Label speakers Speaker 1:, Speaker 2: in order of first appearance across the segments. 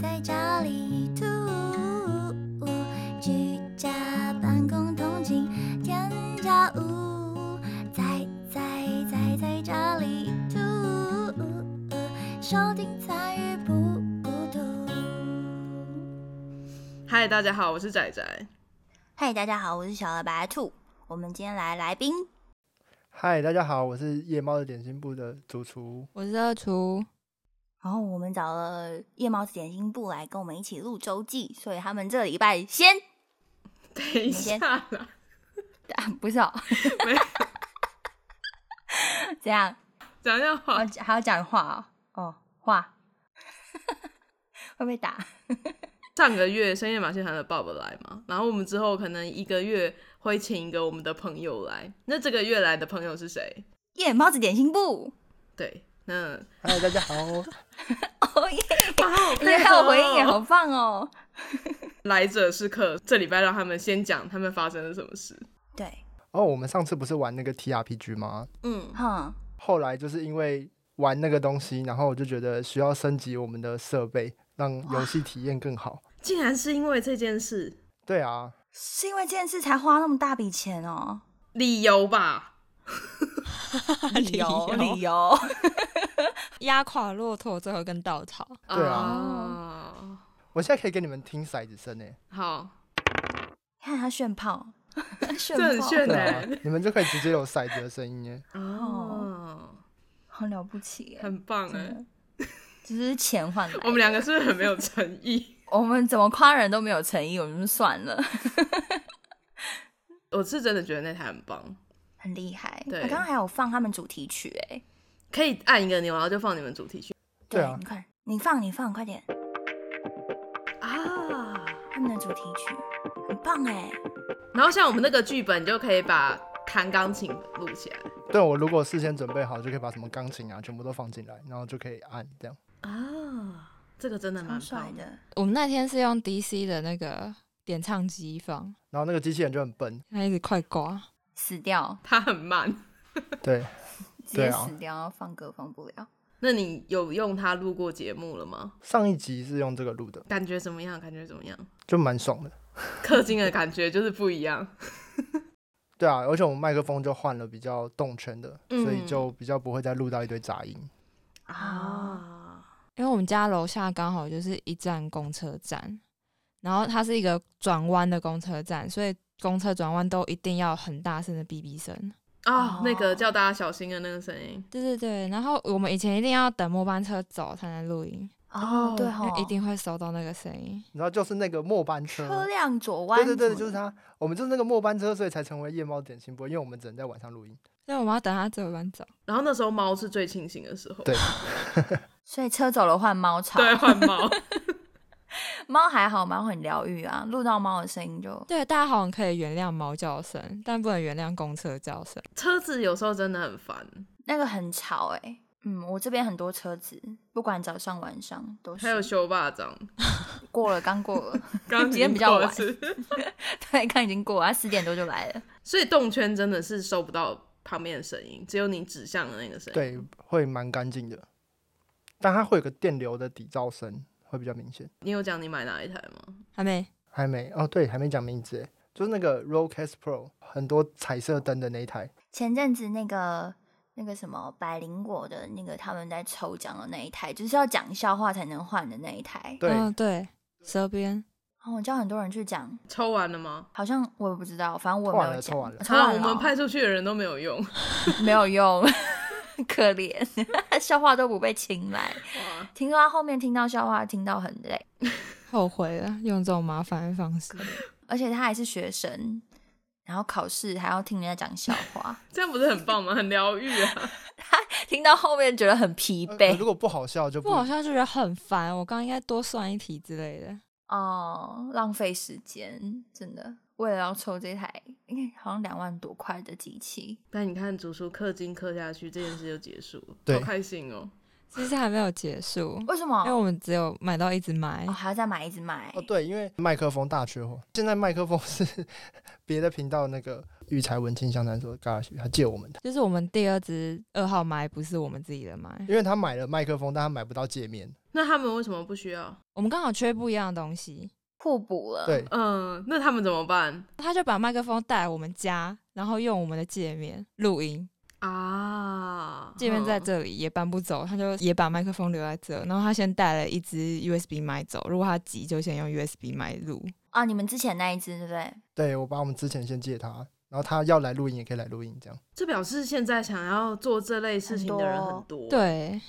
Speaker 1: 在家里突兀，居家办公通勤添加物，在在在在家里突兀，收听参与不孤独。
Speaker 2: 嗨，大家好，我是仔仔。
Speaker 1: 嗨，大家好，我是小老白兔。我们今天来来宾，
Speaker 3: 嗨，大家好，我是夜猫的点心部的主厨。
Speaker 4: 我是二厨，
Speaker 1: 然后我们找了夜猫子点心部来跟我们一起录周记，所以他们这礼拜先
Speaker 2: 等一下啦，
Speaker 1: 啊， 不是哦，
Speaker 2: 没有
Speaker 1: 这样
Speaker 2: 讲一下话
Speaker 1: 还要，讲还要讲话哦，哦，话 会被打。
Speaker 2: 上个月深夜马戏团的爸爸来嘛，然后我们之后可能一个月会请一个我们的朋友来。那这个月来的朋友是谁？
Speaker 1: 夜猫子点心部，
Speaker 2: 对，那
Speaker 3: 嗨，大家好，
Speaker 1: 哦耶！
Speaker 2: 哇好配合
Speaker 1: 也还有回应耶，
Speaker 2: 哦
Speaker 1: 好棒哦。
Speaker 2: 来者是客，这礼拜让他们先讲他们发生了什么事。
Speaker 1: 对，
Speaker 3: 哦，我们上次不是玩那个 T R P G 吗？
Speaker 2: 嗯，
Speaker 1: 哼，
Speaker 3: 后来就是因为玩那个东西，然后我就觉得需要升级我们的设备，让游戏体验更好。
Speaker 2: 竟然是因为这件事，
Speaker 3: 对啊，
Speaker 1: 是因为这件事才花那么大笔钱哦。
Speaker 2: 理由吧？
Speaker 1: 理由，
Speaker 4: 理由
Speaker 1: 理 由，
Speaker 4: 压垮骆驼最后一根稻草。
Speaker 3: 对啊
Speaker 2: 啊，
Speaker 3: 我现在可以给你们听骰子声欸诶，
Speaker 2: 好，
Speaker 1: 看他炫 炮，炫
Speaker 2: 这很
Speaker 1: 炮
Speaker 2: 炫
Speaker 3: 对啊
Speaker 2: 对，
Speaker 3: 你们就可以直接有骰子的声音欸耶。
Speaker 2: 哦，
Speaker 1: 好了不起耶，
Speaker 2: 很棒
Speaker 1: 真
Speaker 2: 哎
Speaker 1: 的，，只是钱换来的。
Speaker 2: 我们两个是不是很没有诚意？
Speaker 1: 我们怎么夸人都没有诚意，我们就算了，
Speaker 2: 我是真的觉得那台很棒，
Speaker 1: 很厉害。啊
Speaker 2: 对
Speaker 1: 我刚刚还有放他们主题曲哎，
Speaker 2: 可以按一个钮，然后就放你们主题曲
Speaker 3: 对啊
Speaker 1: 你快，你放，你放，快点。
Speaker 2: 啊。
Speaker 1: 他们的主题曲很棒哎，
Speaker 2: 然后像我们那个剧本，就可以把弹钢琴录起来
Speaker 3: 对，我如果事先准备好，就可以把什么钢琴啊全部都放进来，然后就可以按这样。
Speaker 2: 啊。这个真的蛮
Speaker 1: 超帅
Speaker 2: 棒，
Speaker 1: 的。
Speaker 4: 我们那天是用 DC 的那个点唱机放，
Speaker 3: 然后那个机器人就很笨，
Speaker 4: 它一直快刮。
Speaker 1: 死掉，
Speaker 2: 它很慢。
Speaker 3: 对，
Speaker 1: 直
Speaker 3: 对
Speaker 1: 接
Speaker 3: 啊
Speaker 1: 死掉，放歌放不了。
Speaker 2: 那你有用它录过节目了吗？
Speaker 3: 上一集是用这个录的，
Speaker 2: 感觉怎么样？感觉怎么样？
Speaker 3: 就蛮爽的。
Speaker 2: 氪金的感觉就是不一样。
Speaker 3: 对啊，而且我们麦克风就换了比较动圈的，
Speaker 2: 嗯
Speaker 3: 所以就比较不会再录到一堆杂音。
Speaker 2: 啊，
Speaker 4: 因为我们家楼下刚好就是一站公车站，然后它是一个转弯的公车站，所以公车转弯都一定要很大声的哔哔声。
Speaker 2: 啊
Speaker 1: 哦，
Speaker 2: 那个叫大家小心的那个声音，
Speaker 4: 对对对，然后我们以前一定要等末班车走才能录音，
Speaker 1: 哦
Speaker 2: 哦，
Speaker 1: 对
Speaker 4: 因
Speaker 1: 哦，
Speaker 4: 为一定会收到那个声音。
Speaker 3: 然后就是那个末班车，
Speaker 1: 车辆左弯
Speaker 3: 对
Speaker 1: 什么
Speaker 3: 对
Speaker 1: 的。
Speaker 3: 对，就是它。我们就是那个末班车，所以才成为夜猫点心播，因为我们只能在晚上录音。
Speaker 4: 所以我们要等它最后一班走。
Speaker 2: 然后那时候猫是最清醒的时候，
Speaker 3: 对
Speaker 1: 所以车走了换猫吵。
Speaker 2: 对，换 猫，
Speaker 1: 猫还好，猫很疗愈啊，录到猫的声音就
Speaker 4: 对，大家好像可以原谅猫叫声，但不能原谅公车叫声。
Speaker 2: 车子有时候真的很烦，
Speaker 1: 那个很吵哎、嗯，我这边很多车子，不管早上晚上都是。
Speaker 2: 还有修霸掌，
Speaker 1: 过了，刚过了，
Speaker 2: 刚 刚
Speaker 1: 今天
Speaker 2: 已经
Speaker 1: 比较
Speaker 2: 过了
Speaker 1: 晚
Speaker 2: 是
Speaker 1: 对，刚已经过了，它十点多就来了。
Speaker 2: 所以动圈真的是收不到旁边的声音，只有你指向的那个声音。，
Speaker 3: 对，会蛮干净的，但它会有个电流的底噪声，会比较明显。
Speaker 2: 你有讲你买哪一台吗？
Speaker 4: 还没，
Speaker 3: 还没哦，对，还没讲名字耶，就是那个 Rollcast Pro，很多彩色灯的那一台。
Speaker 1: 前阵子那个那个什么百灵果的那个他们在抽奖的那一台，就是要讲笑话才能换的那一台。
Speaker 3: 对，
Speaker 4: 嗯，对，蛇鞭。
Speaker 1: 然后我叫很多人去讲，
Speaker 2: 抽完了吗？
Speaker 1: 好像我也不知道，反正我也
Speaker 3: 抽完
Speaker 1: 没有
Speaker 3: 了
Speaker 1: 讲，
Speaker 3: 抽完了
Speaker 1: 抽完了
Speaker 2: 啊
Speaker 1: 哦
Speaker 2: 我们派出去的人都没有用。
Speaker 1: 没有用， 可怜，笑话都不被请来。
Speaker 2: 哇，
Speaker 1: 听说他后面听到笑话，听到很累，
Speaker 4: 后悔了，用这种麻烦的方式。
Speaker 1: 而且他还是学生，然后考试还要听人家讲笑话，
Speaker 2: 这样不是很棒吗？很疗愈啊！
Speaker 1: 听到后面觉得很疲
Speaker 3: 呃
Speaker 1: 惫
Speaker 3: 如。果不好笑就
Speaker 4: 不好笑就觉得很烦，我刚刚应该多算一题之类的。
Speaker 1: 哦，浪费时间，真的。为了要抽这台，应该好像两万多块的机器，
Speaker 2: 但你看，主叔氪金氪下去，这件事就结束了，
Speaker 3: 对
Speaker 2: 好开心哦！
Speaker 4: 其实还没有结束，
Speaker 1: 为什么
Speaker 4: 因为？我们只有买到一只麦
Speaker 1: 哦，，还要再买一只买
Speaker 3: 哦 哦，对，因为麦克风大缺货，现在麦克风是别的频道那个育才文青相谈所 Garage，他借我们的，
Speaker 4: 就是我们第二支二号麦不是我们自己的麦，
Speaker 3: 因为他买了麦克风，但他买不到界面。
Speaker 2: 那他们为什么不需要？
Speaker 4: 我们刚好缺不一样的东西，
Speaker 1: 互补了。
Speaker 3: 对，
Speaker 2: 嗯，那他们怎么办
Speaker 4: 他就把麦克风带来我们家，然后用我们的界面录音，
Speaker 2: 啊？
Speaker 4: 界面在
Speaker 2: 嗯
Speaker 4: 这里也搬不走，他就也把麦克风留在这，然后他先带了一支 USB 麦走，如果他急就先用 USB 麦录，
Speaker 1: 啊，你们之前那一支对不对？
Speaker 3: 对我把我们之前先借他，然后他要来录音也可以来录音，这样
Speaker 2: 这表示现在想要做这类事情的人
Speaker 1: 很多
Speaker 2: 很多，，
Speaker 4: 对，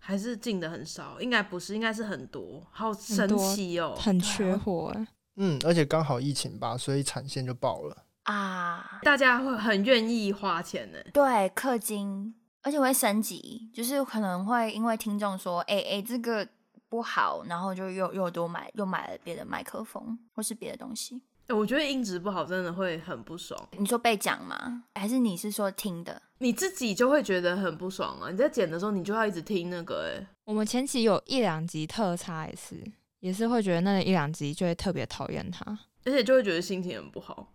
Speaker 2: 还是进的很少，应该不是，应该是很多，好神
Speaker 4: 多
Speaker 2: 奇哦，
Speaker 4: 很缺货、欸
Speaker 3: 嗯，而且刚好疫情吧，所以产线就爆了。
Speaker 1: 啊，
Speaker 2: 大家会很愿意花钱欸呢。
Speaker 1: 对，氪金，而且会升级，就是可能会因为听众说，哎、哎、这个不好，然后就又又多买，又买了别的麦克风或是别的东西。
Speaker 2: 哎我觉得音质不好真的会很不爽，
Speaker 1: 你说被讲吗？还是你是说听的？
Speaker 2: 你自己就会觉得很不爽啊。你在剪的时候，你就要一直听那个、哎，
Speaker 4: 我们前期有一两集特差也是，也是会觉得那一两集就会特别讨厌他，
Speaker 2: 而且就会觉得心情很不好，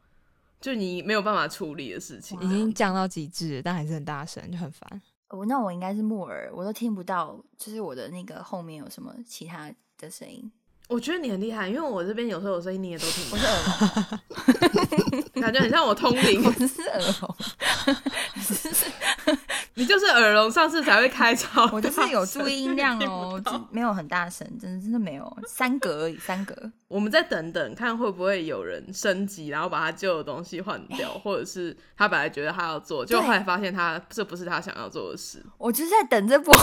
Speaker 2: 就你没有办法处理的事情。
Speaker 4: 已经降到极致了，但还是很大声，就很烦。
Speaker 1: 我那我应该是木耳，我都听不到，就是我的那个后面有什么其他的声音。
Speaker 2: 我觉得你很厉害，因为我这边有时候有声音你也都听不
Speaker 1: 我是耳聋，
Speaker 2: 到，感觉很像我通 灵，
Speaker 1: 我是 耳聋，
Speaker 2: 你就是耳聋，上次才会开超大声，
Speaker 1: 我就是有注意音量哦，
Speaker 2: 听不
Speaker 1: 只
Speaker 2: 到
Speaker 1: 没有很大声，真的真的没有，三格而已，三格。
Speaker 2: 我们再等等看会不会有人升级，然后把他旧的东西换 掉，或者是他本来觉得他要做，结果
Speaker 1: 对
Speaker 2: 后来发现他这不是他想要做的事。
Speaker 1: 我就是在等这波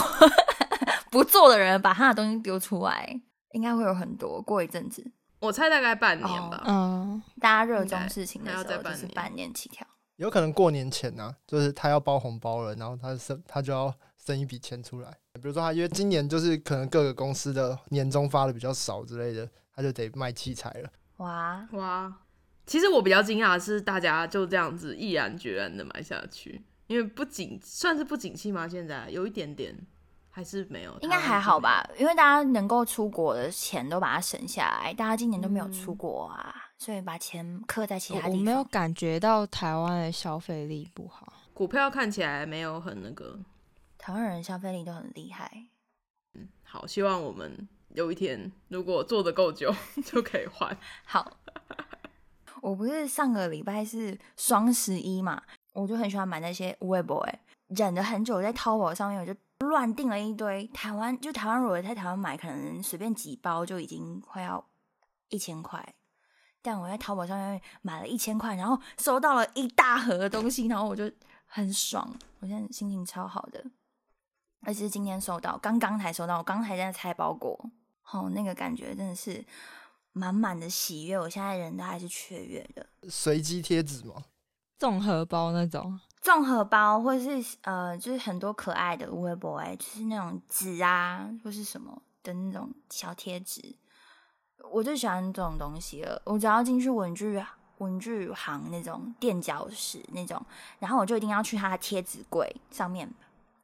Speaker 1: 不做的人把他的东西丢出来，应该会有很多。过一阵子，
Speaker 2: 我猜大概半年
Speaker 1: 哦啊
Speaker 2: 吧。
Speaker 4: 嗯，
Speaker 1: 大家热衷事情的
Speaker 2: 应
Speaker 1: 时
Speaker 2: 该还要
Speaker 1: 候，
Speaker 2: 再半
Speaker 1: 就
Speaker 2: 年
Speaker 1: 是半年起跳。
Speaker 3: 有可能过年前呢、就是他要包红包了，然后他生他就要生一笔钱出来。比如说他因为今年就是可能各个公司的年终发的比较少之类的，他就得卖器材了。
Speaker 1: 哇，
Speaker 2: 哇，其实我比较惊讶的是，大家就这样子毅然决然的买下去，因为不景算是不景气吗？现在有一点点，还是没有，
Speaker 1: 应该还好？吧，因为大家能够出国的钱都把它省下来，大家今年都没有
Speaker 2: 嗯
Speaker 1: 出国啊，所以把钱刻在其他地
Speaker 4: 我我
Speaker 1: 方。
Speaker 4: 没有感觉到台湾的消费力不好，
Speaker 2: 股票看起来没有很那个
Speaker 1: 台湾人消费力都很厉害，
Speaker 2: 好，希望我们有一天如果做的够久就可以换。
Speaker 1: 好，我不是上个礼拜是双十一嘛，我就很喜欢买那些 w e b 哎，忍了很久在淘宝上面，我就乱订了一堆台湾，就台湾如果在台湾买，可能随便几包就已经快要一千块。但我在淘宝上面买了一千块，然后收到了一大盒的东西，然后我就很爽，我现在心情超好的。而且是今天收到，刚刚才收到，我刚才在拆包裹，哦，那个感觉真的是满满的喜悦。我现在人都还是雀跃的，
Speaker 3: 随机贴纸嘛，
Speaker 4: 综合包那种，
Speaker 1: 综合包，或是呃，就是很多可爱的微博哎，就是那种纸啊，或是什么的那种小贴纸，我最喜欢这种东西了。我只要进去文具文具行那种垫脚石那种，然后我就一定要去它的贴纸柜上面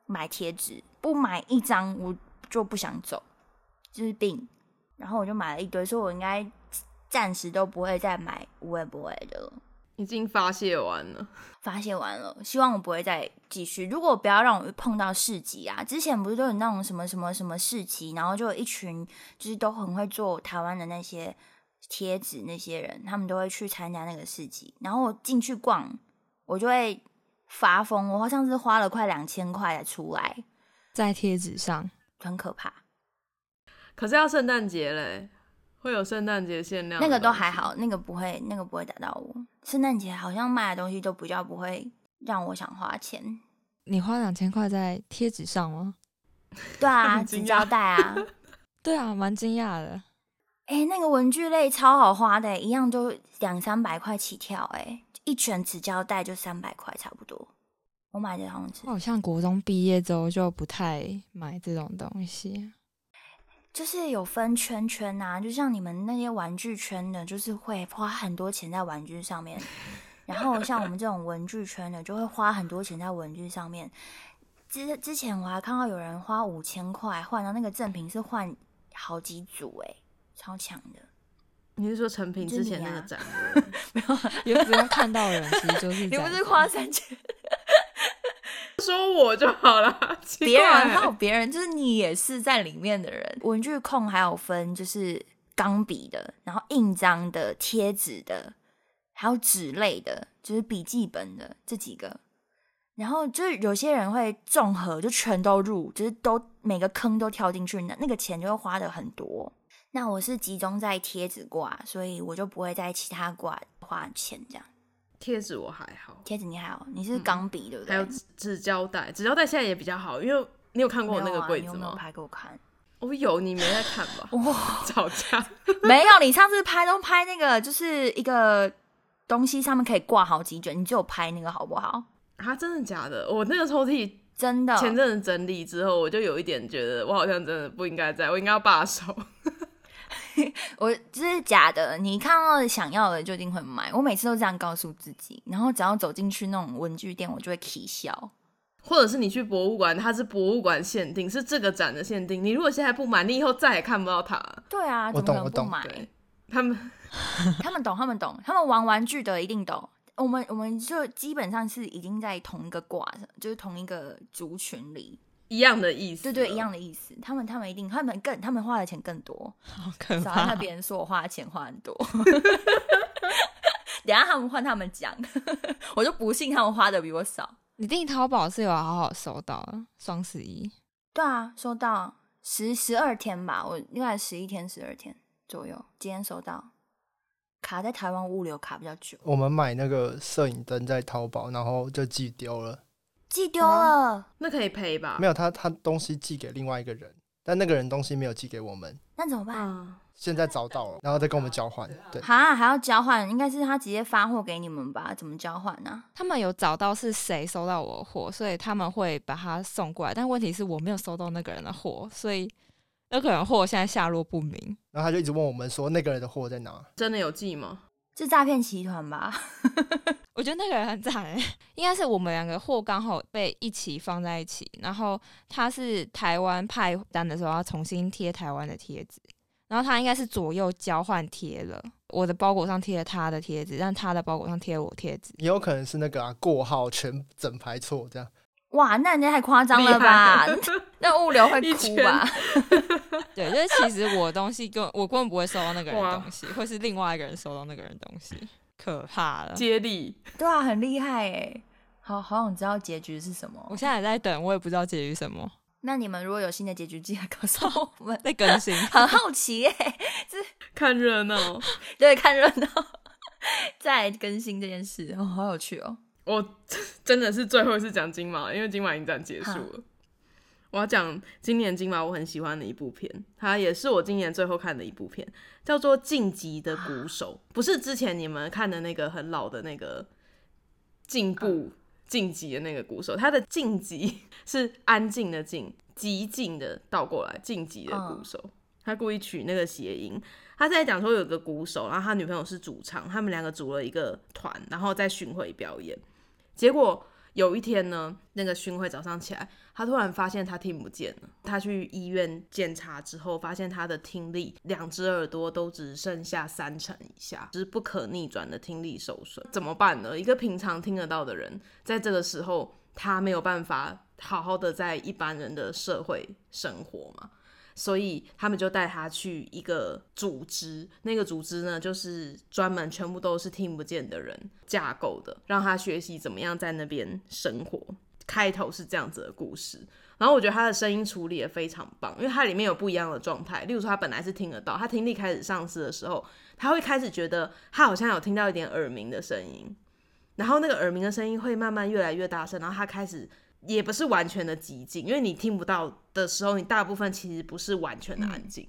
Speaker 1: 买贴纸，不买一张我就不想走，就是病。然后我就买了一堆，所以我应该暂时都不会再买微博的了。
Speaker 2: 已经发泄完了，
Speaker 1: 发泄完了，希望我不会再继续。如果不要让我碰到市集啊，之前不是都有那种什么什么什么市集，然后就有一群就是都很会做台湾的那些贴纸那些人，他们都会去参加那个市集，然后我进去逛，我就会发疯。我好像是花了快两千块才出来，
Speaker 4: 在贴纸上，
Speaker 1: 很可怕。
Speaker 2: 可是要圣诞节嘞，会有圣诞节限量的
Speaker 1: 那
Speaker 2: 东西，
Speaker 1: 个都还好，那个不会，那个不会打到我。圣诞节好像卖的东西都比较不会让我想花钱。
Speaker 4: 你花两千块在贴纸上吗？
Speaker 1: 对啊，
Speaker 2: 很惊
Speaker 1: 纸
Speaker 2: 讶
Speaker 1: 胶带啊。
Speaker 4: 对啊，蛮惊讶的。
Speaker 1: 哎、那个文具类超好花的，欸一样都两三百块起跳，哎，一卷纸胶带就三百块差不多。我买的好像是
Speaker 4: 我，好像国中毕业之后就不太买这种东西，
Speaker 1: 就是有分圈圈呐、就像你们那些玩具圈的，就是会花很多钱在玩具上面，然后像我们这种文具圈的，就会花很多钱在文具上面。之之前我还看到有人花欸五千块换到那个赠品，是换好几组，哎，超强的。
Speaker 2: 你是说成品之前那个展？
Speaker 1: 没有啊，
Speaker 4: 有只要看到人，其实就是
Speaker 1: 你
Speaker 4: 这
Speaker 1: 不
Speaker 4: 样
Speaker 1: 是夸三千，
Speaker 2: 说我就好了，奇
Speaker 1: 别人
Speaker 2: 怪
Speaker 1: 还有别人，就是你也是在里面的人。文具控还有分就是钢笔的，然后印章的、贴纸的，还有纸类的，就是笔记本的这几个。然后就是有些人会综合，就全都入，就是都每个坑都跳进去，那那个钱就会花的很多。那我是集中在贴纸挂，所以我就不会在其他挂花钱这样。
Speaker 2: 贴纸我还好，
Speaker 1: 贴纸你还好，你是钢笔、对不对？
Speaker 2: 嗯还有纸纸胶带，纸胶带现在也比较好，因为你有看过我那个柜
Speaker 1: 没有啊、你
Speaker 2: 子
Speaker 1: 有没有
Speaker 2: 吗？
Speaker 1: 拍给我看？
Speaker 2: 我有，你没在看吧？吵架，
Speaker 1: 没有，你上次拍都拍那个，就是一个东西上面可以挂好几卷，你只有拍那个好不好？
Speaker 2: 啊，真的假的？我那个抽屉
Speaker 1: 真的，
Speaker 2: 前阵子整理之后，我就有一点觉得我好像真的不应该在，我应该要罢手。
Speaker 1: 我这是假的。你看到想要的就一定会买，我每次都这样告诉自己。然后只要走进去那种文具店，我就会起笑。
Speaker 2: 或者是你去博物馆，它是博物馆限定，是这个展的限定。你如果现在不买，你以后再也看不到它。
Speaker 1: 对啊，
Speaker 3: 我
Speaker 1: 怎么
Speaker 3: 懂
Speaker 1: 可能不买？
Speaker 2: 对，他们
Speaker 1: 他们懂，他们懂，他们玩玩具的一定懂。我们我们就基本上是已经在同一个挂上，就是同一个族群里，
Speaker 2: 一样的意
Speaker 1: 对
Speaker 2: 思，
Speaker 1: 啊对，一样
Speaker 2: 的。
Speaker 1: 的意思。他们他们一定，他们更他们花的钱更多。
Speaker 4: 好可
Speaker 1: 少在
Speaker 4: 怕
Speaker 1: 那。边说我花的钱花很多。 等一下他们换他们讲， 我就不信他们花的比我少。
Speaker 4: 你订淘宝是有好好收到啊，双十一
Speaker 1: 对啊，收到十十二天吧，我应该十一天十二天左右，今天收到。卡在台湾物流卡比较久，
Speaker 3: 我们买那个摄影灯在淘宝，然后就寄丢了。
Speaker 1: 寄丢了。
Speaker 2: 那可以赔吧？
Speaker 3: 没
Speaker 2: 有，
Speaker 3: 有，他他东西寄给另外一个人，但那个人东西没有寄给我们，
Speaker 1: 那怎么办？
Speaker 2: 嗯，
Speaker 3: 现在找到了，然后再跟我们交换。对，
Speaker 1: 哈，还要交换？应该是他直接发货给你们吧？怎么交换啊呢、
Speaker 4: 他们有找到是谁收到我的货，所以他们会把它送过来。但问题是我没有收到那个人的货，所以那个人的货现在下落不明。
Speaker 3: 然后他就一直问我们说那个人的货在哪，
Speaker 2: 真的有寄吗？
Speaker 1: 是诈骗集团吧？
Speaker 4: 我觉得那个人很惨欸， 应该是我们两个货刚好被一起放在一起，然后他是台湾派单的时候要重新贴台湾的贴纸，然后他应该是左右交换贴了，我的包裹上贴了他的贴纸，但他的包裹上贴了我贴纸。
Speaker 3: 也有可能是那个啊过号全整排错这样。
Speaker 1: 哇，那人家太夸张了吧
Speaker 2: 厉？
Speaker 1: 那物流会
Speaker 2: 一
Speaker 1: 哭
Speaker 2: 圈
Speaker 1: 吧？
Speaker 4: 对，就是其实我的东西根我根本不会收到那个人的
Speaker 2: 哇
Speaker 4: 东西，会是另外一个人收到那个人的东西，可怕了。
Speaker 2: 接力，
Speaker 1: 对啊，很厉害哎，好好想知道结局是什么
Speaker 4: 我。现在还在等，我也不知道结局什么，。
Speaker 1: 那你们如果有新的结局，记得告诉我们
Speaker 4: 在更新。
Speaker 1: 很好奇耶，
Speaker 2: 看热闹。
Speaker 1: 对，看热闹， 再来更新这件事，哦，好有趣哦。
Speaker 2: 我真的是最后一次讲金马了，因为金马影展结束了。我要讲今年金马我很喜欢的一部片，它也是我今年最后看的一部片，叫做《晋级的鼓手》，不是之前你们看的那个很老的那个进步晋级的那个鼓手，他的晋级 是安静的静，极静的倒过来，晋级的鼓手，他故意取那个谐音，他在讲说有个鼓手，然后他女朋友是主唱，他们两个组了一个团，然后在巡回表演。结果有一天呢，那个巡回早上起来，他突然发现他听不见了。他去医院检查之后，发现他的听力，两只耳朵都只剩下三成以下，是不可逆转的听力受损。怎么办呢？一个平常听得到的人，在这个时候他没有办法好好的在一般人的社会生活嘛。所以他们就带他去一个组织，那个组织呢，就是专门全部都是听不见的人架构的，让他学习怎么样在那边生活。开头是这样子的故事，然后我觉得他的声音处理也非常棒，因为它里面有不一样的状态。例如说，他本来是听得到，他听力开始丧失的时候，他会开始觉得他好像有听到一点耳鸣的声音，然后那个耳鸣的声音会慢慢越来越大声，然后他开始也不是完全的寂静，因为你听不到的时候，你大部分其实不是完全的安静，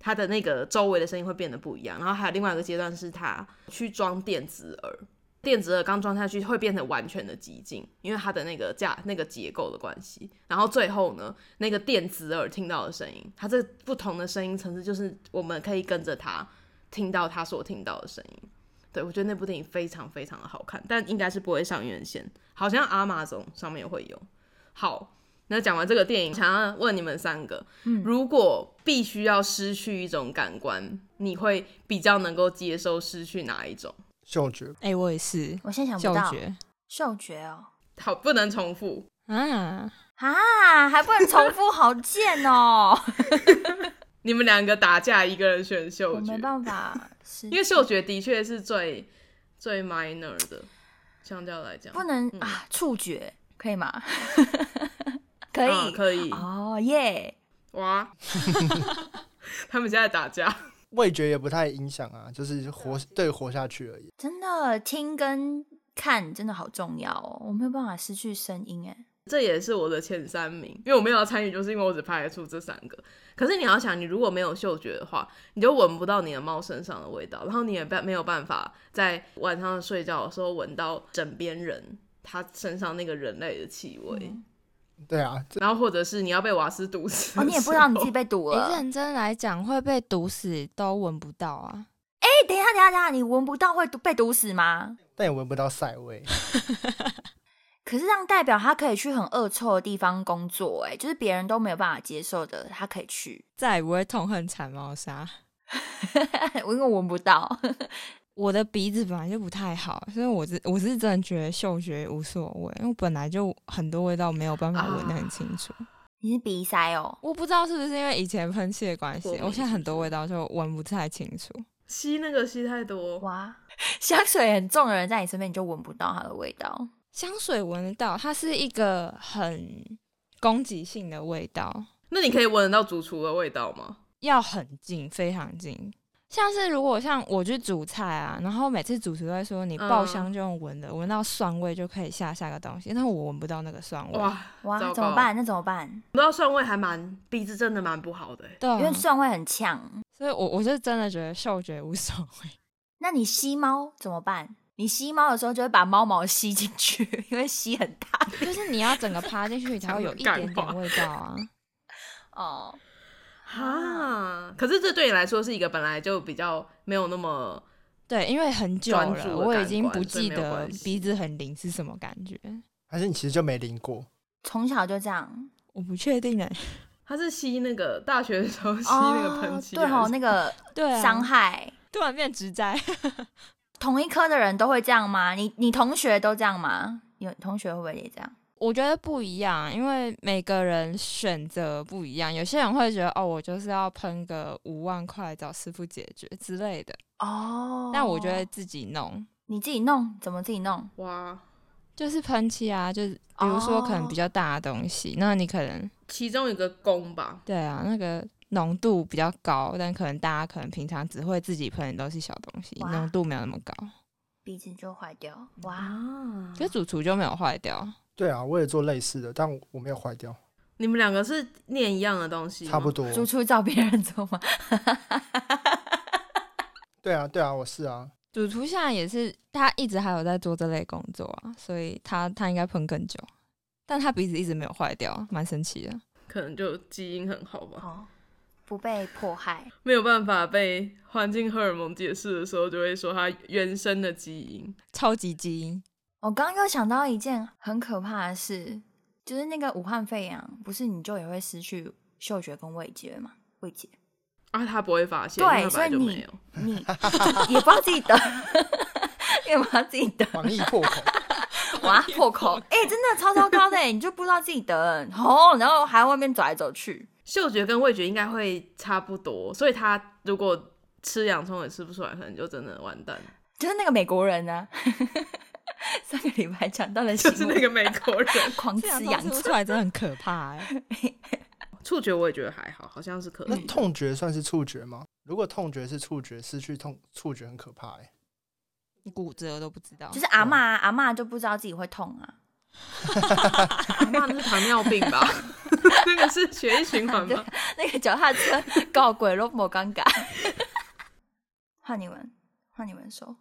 Speaker 2: 它的那个周围的声音会变得不一样。然后还有另外一个阶段是他去装电子耳，电子耳刚装下去会变成完全的寂静，因为它的那个架那个结构的关系。然后最后呢，那个电子耳听到的声音，它这不同的声音层次，就是我们可以跟着它听到它所听到的声音。对，我觉得那部电影非常非常的好看，但应该是不会上院线，好像阿玛总上面会有。好，那讲完这个电影，想要问你们三个，
Speaker 1: 嗯
Speaker 2: 如果必须要失去一种感官，你会比较能够接受失去哪一种？
Speaker 3: 嗅觉
Speaker 4: 哎、我也是，
Speaker 1: 我现在想
Speaker 4: 嗅
Speaker 1: 不到
Speaker 4: 觉
Speaker 1: 嗅觉哦，
Speaker 2: 好，不能重复。
Speaker 4: 啊，
Speaker 1: 啊，还不能重复，好贱哦！
Speaker 2: 你们两个打架，一个人选
Speaker 1: 我
Speaker 2: 嗅觉
Speaker 1: 没，办法，是
Speaker 2: 因为嗅觉的确是最最 minor 的，相较来讲，
Speaker 1: 不能
Speaker 2: 嗯
Speaker 1: 啊，触觉可以 吗？可
Speaker 2: 啊
Speaker 1: 以，
Speaker 2: 可以，
Speaker 1: 哦耶！
Speaker 2: 哇，他们现在打架，
Speaker 3: 味觉也不太影响啊，就是活对活下去而已。
Speaker 1: 真的听跟看真的好重要哦，我没有办法失去声音哎。
Speaker 2: 这也是我的前三名，因为我没有要参与，就是因为我只排得出这三个。可是你要想，你如果没有嗅觉的话，你就闻不到你的猫身上的味道，然后你也办没有办法在晚上睡觉的时候闻到枕边人他身上那个人类的气味，
Speaker 1: 嗯
Speaker 3: 对啊，这
Speaker 2: 然后或者是你要被瓦斯毒死的时候，
Speaker 1: 哦，你也不知道你自己被堵
Speaker 4: 哎、
Speaker 1: 了。哎、
Speaker 4: 认真来讲，会被毒死都闻不到 啊。
Speaker 1: 等一下，等一下，等一下，你闻不到会被毒死吗？
Speaker 3: 但也闻不到晒味。
Speaker 1: 可是这样代表他可以去很恶臭的地方工作、哎，就是别人都没有办法接受的，他可以去，
Speaker 4: 再也不会痛恨铲猫砂。
Speaker 1: 我因为我闻不到。
Speaker 4: 我的鼻子本来就不太好，所以我是我是真的觉得嗅觉无所谓，因为我本来就很多味道没有办法闻得很清楚。
Speaker 1: 你是鼻塞哦，
Speaker 4: 我不知道是不是因为以前喷气的关系
Speaker 2: 过，敏
Speaker 4: 我现在很多味道就闻不太清楚。
Speaker 2: 吸那个吸太多，
Speaker 1: 哇， 香水很重的人在你身边，你就闻不到它的味道。
Speaker 4: 香水闻得到，它是一个很攻击性的味道，
Speaker 2: 那你可以闻得到主厨的味道吗？
Speaker 4: 要很近，非常近。像是如果像我去煮菜啊，然后每次主厨都会说你爆香就用闻的，闻、到蒜味就可以下下个东西，但我闻不到那个蒜味。
Speaker 2: 哇，糟
Speaker 1: 哇，
Speaker 2: 糕
Speaker 1: 怎么办？那怎么办？
Speaker 2: 闻到蒜味还蛮鼻子真的蛮不好的欸、
Speaker 4: 对啊、
Speaker 1: 因为蒜会很呛。
Speaker 4: 所以我我就真的觉得嗅觉无所谓。
Speaker 1: 那你吸猫怎么办？你吸猫的时候就会把猫毛吸进去，因为吸很大
Speaker 4: 就是你要整个趴进去，你才会有一点点味道啊。
Speaker 1: 哦。啊
Speaker 2: 哈，可是这对你来说是一个本来就比较没有那么
Speaker 4: 对，因为很久
Speaker 2: 专注的
Speaker 4: 了，我已经
Speaker 2: 感
Speaker 4: 不
Speaker 2: 官
Speaker 4: 记
Speaker 2: 所以没有
Speaker 4: 得
Speaker 2: 关系
Speaker 4: 鼻子很灵是什么感觉，
Speaker 3: 还是你其实就没淋过？
Speaker 1: 从小就这样，
Speaker 4: 我不确定哎、
Speaker 2: 他是吸那个大学的时候吸那个喷漆、
Speaker 1: 哦、对
Speaker 2: 还
Speaker 1: 吼，
Speaker 2: 是
Speaker 1: 那个
Speaker 4: 对啊，
Speaker 1: 伤害。
Speaker 4: 突然变直灾，
Speaker 1: 同一科的人都会这样吗？你你同学都这样吗？有同学会不会也这样？
Speaker 4: 我觉得不一样，因为每个人选择不一样，有些人会觉得哦，我就是要喷个五万块找师傅解决之类的，
Speaker 1: 哦
Speaker 4: 但我觉得自己弄。
Speaker 1: 你自己弄，怎么自己弄？
Speaker 2: 哇，
Speaker 4: 就是喷漆啊，就是比如说可能
Speaker 1: 哦
Speaker 4: 比较大的东西那你可能
Speaker 2: 其中一个弓吧，
Speaker 4: 对啊，那个浓度比较高，但可能大家可能平常只会自己喷的都是小东西，
Speaker 1: 哇
Speaker 4: 浓度没有那么高。
Speaker 1: 鼻子就坏掉，哇！
Speaker 2: 啊
Speaker 4: 可是主厨就没有坏掉，
Speaker 3: 对啊，我也做类似的，但我我没有坏掉，
Speaker 2: 你们两个是念一样的东西，
Speaker 3: 差不。多。
Speaker 1: 猪出照别人做吗？
Speaker 3: 对啊，对啊，我是啊。
Speaker 4: 主厨现在也是他一直还有在做这类工作啊，所以他他应该喷更久，但他鼻子一直没有坏掉，蛮神奇的。
Speaker 2: 可能就基因很好吧，
Speaker 1: 哦，不被迫害。
Speaker 2: 没有办法被环境荷尔蒙解释的时候，就会说它原生的基因。
Speaker 4: 超级基因，
Speaker 1: 我刚刚又想到一件很可怕的事，就是那个武汉肺炎，啊不是你就也会失去嗅觉跟味觉吗？味觉，
Speaker 2: 啊，他不会发现，
Speaker 1: 对
Speaker 2: 因为它本来就没有。
Speaker 1: 你 也不知道自己得， 也不知道自己得，
Speaker 3: 防疫破口，
Speaker 1: 哇，破口！哎、真的超糟糕的，欸你就不知道自己得，哦，然后还外面走来走去，
Speaker 2: 嗅觉跟味觉应该会差不多，所以他如果吃洋葱也吃不出来，可能就真的完 蛋。
Speaker 1: 就是那个美国人呢、 上个礼拜讲到了新
Speaker 2: 就
Speaker 1: 闻，
Speaker 2: 是那个美国人，
Speaker 1: 狂吃洋
Speaker 4: 吃
Speaker 1: 葱，
Speaker 4: 出来真的很可怕哎、
Speaker 2: 触觉我也觉得还好，好像是可
Speaker 3: 那
Speaker 2: 以的。
Speaker 3: 痛觉算是触觉吗？如果痛觉是触觉，失去痛触觉很可怕哎、
Speaker 4: 你骨折都不知道，
Speaker 1: 就是阿嬷啊，阿嬷就不知道自己会痛啊，
Speaker 2: 那是糖尿病 吧？那个是血液循环 吧？
Speaker 1: 那个脚踏车搞鬼都莫尴尬。 换你们，换你们说。